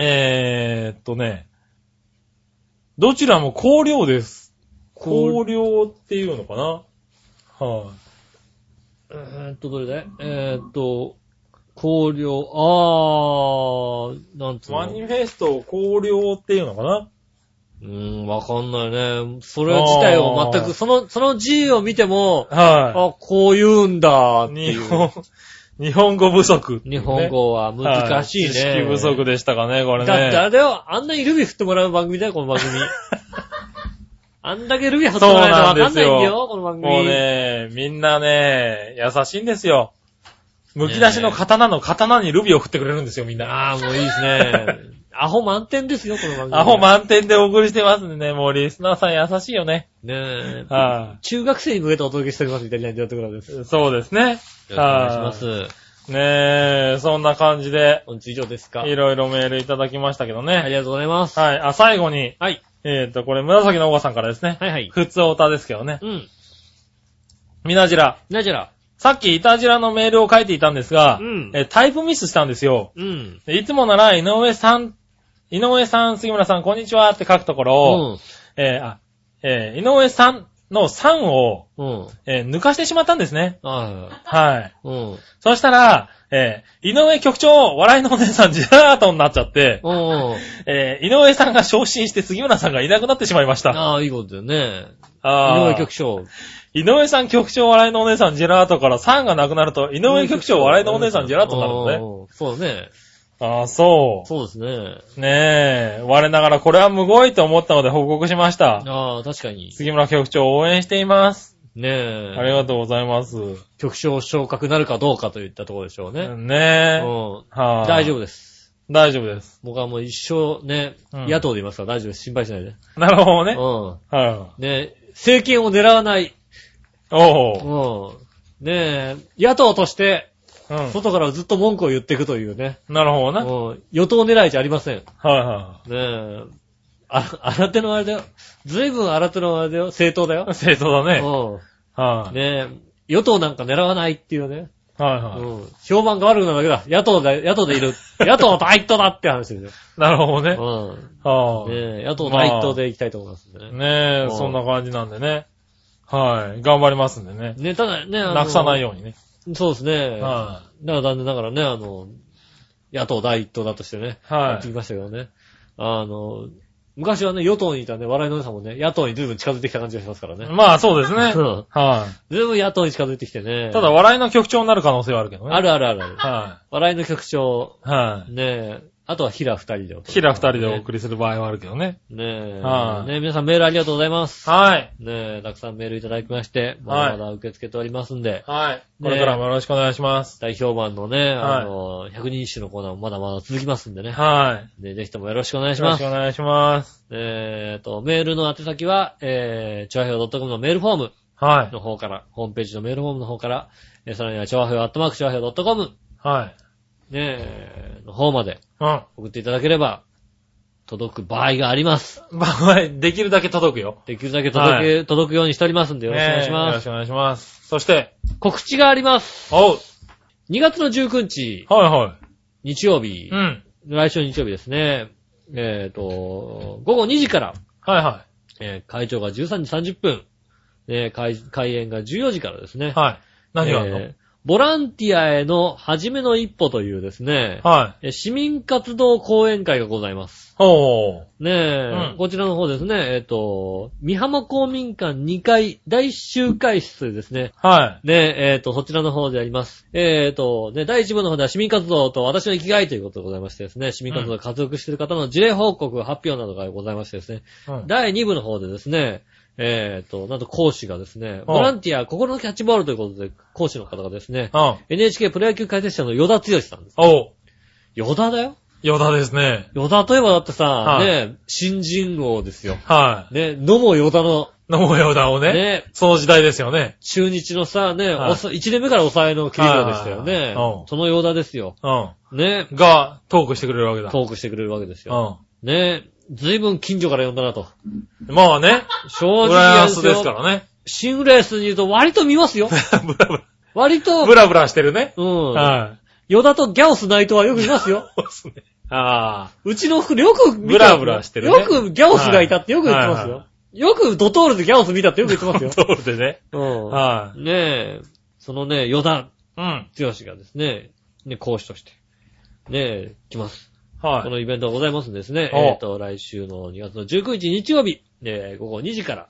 えーっとね。どちらも香料です。香香料っていうのかなはい、えーっと、どれだいえーっと、公領、あー、なんつうマニのフェストを香料っていうのかなうーん、わかんないね。それ自体を全あーく、その、その字を見ても、はあ、こう言うんだっい、て日いう。本、日本語不足、日本。語は難しいね。知識不足でしたかね、これね。だってあれは、あんなにルビ振ってもらう番組だよ、この 番組。あんだけルビ振ってそうもらえないなとわんでかんすないんだよよ、。この番組。もうね、みんなね、優しいんですよ。剥き出しの刀の刀にルビを振ってくれるんですよ、みんな。ああ、もういいですね。アホ満点ですよ、この番組。アホ満点でお送りしてますんでね、もうリスナーさん優しいよね。ねえ。は中学生に向けてお届けしております、みたいなところです。よい。そうですね。ろしくお願いします。ねえ、そんな感じで、本日以上ですか。いろいろメールいただきましたけどありね。がとうございます。はい。あ、最後に、はい。えっと、これ、紫のおばさんからですね。はいはい。普通おたですけどね。うん。みなじら。なじゃら。さっきイタジラのメールを書いていたんですが、うんえタイプミスしたんですよ。うん。でいつもなら、井上さん、井上さん、杉村さん、こんにちはって書くところを、うん。えーあ、えー井上さんの3を、うん。えー抜かしてしまったんですね。ああ。はい。うん。そしたら、えー井上局長、笑いのお姉さん、ジェラートになっちゃって、うん。えー井上さんが昇進して杉村さんがいなくなってしまいました。ああ、いいことだよね。あ井ー上局長。井上さん局長、笑いのお姉さん、ジェラートから3がなくなると、井上局長、笑いのお姉さん、ジェラートになるのね。ね。そうだね。ああ、そそうですね。う。ねえ、我ながらこれはむごいと思ったので報告しました。ああ、確かに。杉村局長応援しています。ねえ。ありがとうございます。ね局長昇格なるかどうかといったところでしょうね。うえ。ん。はい大丈夫です。大丈夫です。僕はもう一生ね、うん野党でいますから大丈夫です。心配しないで。なるほどね。うはん。ね、政権を狙わない。い。おうお。ん。ねえ、野党として、う外からずっと文句を言っていくというね。ん。なるほどうな。はいん。与党狙いじゃありません。ねはえ。あ、新手のあれだよ。ずいぶん新手のあれだよ。政党だい。よ。正当だね。うはん。い。ねえ、与党なんか狙わないっていうね。はいうはん。評判が悪くなるだけだ。野党だ、野党でい る。野党第一党だって話ですよ。い。なるほどね。うん。はい。ねえ、野党第一党で行きたいと思いますんでね。ねうえ、んそんな感じなんでね。はい。頑張りますんでね。ね、ただね、あのなくさないようにね。そうですね。はだから残念ながらね、あの、野党第一党だとしてね、はいやってきましたけどね。あの、昔はね、与党にいたね、笑いのお姉さんもね、野党に随分近づいてきた感じがしますからね。まあそうですねう。んは随分野党に近づいてきてね。い。ただ、、笑いの局長になる可能性はあるけどね。あるあるある。は笑いの局長、い。はい。ねえ、あとはヒラ二人でお届けひら二人でお送りする場合もあるけどね。ねえ。はいねえ、皆さんメールありがとうございます。はい。ねえ、たくさんメールいただきまして、まはいだまだ受け付けておりますんで、はい。これからもよろしくお願いします。大評判のね、はいあの、100人一首のコーナーもまだまだ続きますんでね。はい。ねぜひともよろしくお願いしよろましすくお。願いします。えーと、メールの宛先は、えー、ちょわひょう .com のメールフォームはい。の方から、ホームページのメールフォームの方から、えーさらにはちょわひょうアットマークちょわひょう .com はい。ねえ、の方までうん。送っていただければ、届く場合があります。まあ、できるだけ届くよ。できるだけ届け、届くようにしておりますんで、よろしくお願いしねえよまろしす。くお願いします。そして、告知があります。おう。 2月の19日、はいは日曜日い。う、ん。来週の日曜日ですね。えっ、と、午後2時から、はいはえー会長が13時30分、えー開開演が14時からですねい。。はい。何があるの、えーボランティアへの初めの一歩というですね、はい。えー市民活動講演会がございます。おう。ねえ、うんこちらの方ですね、えっ、と、三浜公民館2階第1集会室ですね。はねえ、えっ、と、そちらの方であります。えっ、と、ね、第1部の方では市民活動と私の生きがいということでございましてですね、市民活動を活躍している方の事例報告、発表などがございましてですね、い。うん第2部の方でですね、えっ、と、なんと講師がですね、ボランティア、心のキャッチボールということで、講師の方がですね、うん。 NHK プロ野球解説者の与田剛さんです。おう。与田だよよだですね。与田といえばだってさ、はいね、新人王ですよ。はね、野茂与田の、い。のもよだをね。ね、その時代ですよね。中日のさ、ね、はいおさ1年目から抑えの切り札でしたよはいねう。んそのようだですよ。うん。ね、が、トークしてくれるわけだ。トークしてくれるわけですよ。うね、ずいぶん近所から呼んだなと。ん。まあね、正直ブラなんンでスすですかよ。らね。シングレースに言うと割と見 ますよ。ブラブ割とラ、ブ、ラブラしてるね。うん。はヨダとギャオスナイトはよく見ますよい。。そうですね。あうちの服よく見たブラブラしてるねよくギャオスがいたってよく言ってますはいよ。よくドトールでギャオス見たってよく言ってますあ。よ トールでね。。うはん。ねえ、そのね、ヨダい。うん。剛がですね、ね、講師として、ねえ、来ます。こはのイベントがございますんでですね、おえっ、と、来週の2月の19日日曜日、えー午後2時から、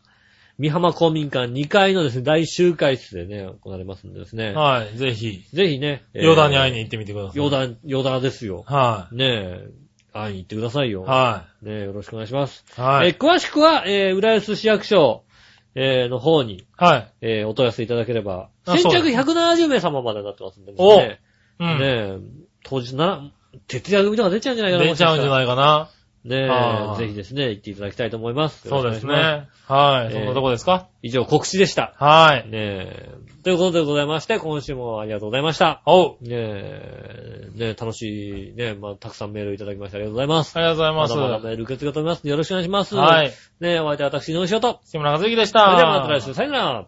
三浜公民館2階のですね、大集会室でね、行われますんでですい。ね、はい。ぜひ、ぜひね、ヨダに会いに。に行ってみてください。ヨ。ダ、ヨダですよ。はねえ、会いに行ってくださいよ。い。はねえ、よろしくお願いします。い。はえい。ー詳しくは、えー浦安市役所、えーの方に、はい。えーお問い合わせいただければ、あ先そうだ着170名様までになってますんでですおね。うん。ねえ、当日なら、徹夜組とか出ちゃうんじゃないかな。出ちゃうんじゃいないかな。あねーえ、ぜひですね、行っていただきたいと思います。そうですよろしくお願いします。ね。はい。えーそんなとこですか以上、告知でした。はねい。え、ということでございまして、今週もありがとうございました。おう。ねえ、ねえ、楽しい、ねえ、まあ、たくさんメールいただきましてありがとうございます。ありがとうございままだす。まだメール受け付けておりますんでよろしくお願いします。は。い。ねえ、お相手は私、井上翔と。木村和之でした。それではまた来週、さよなら。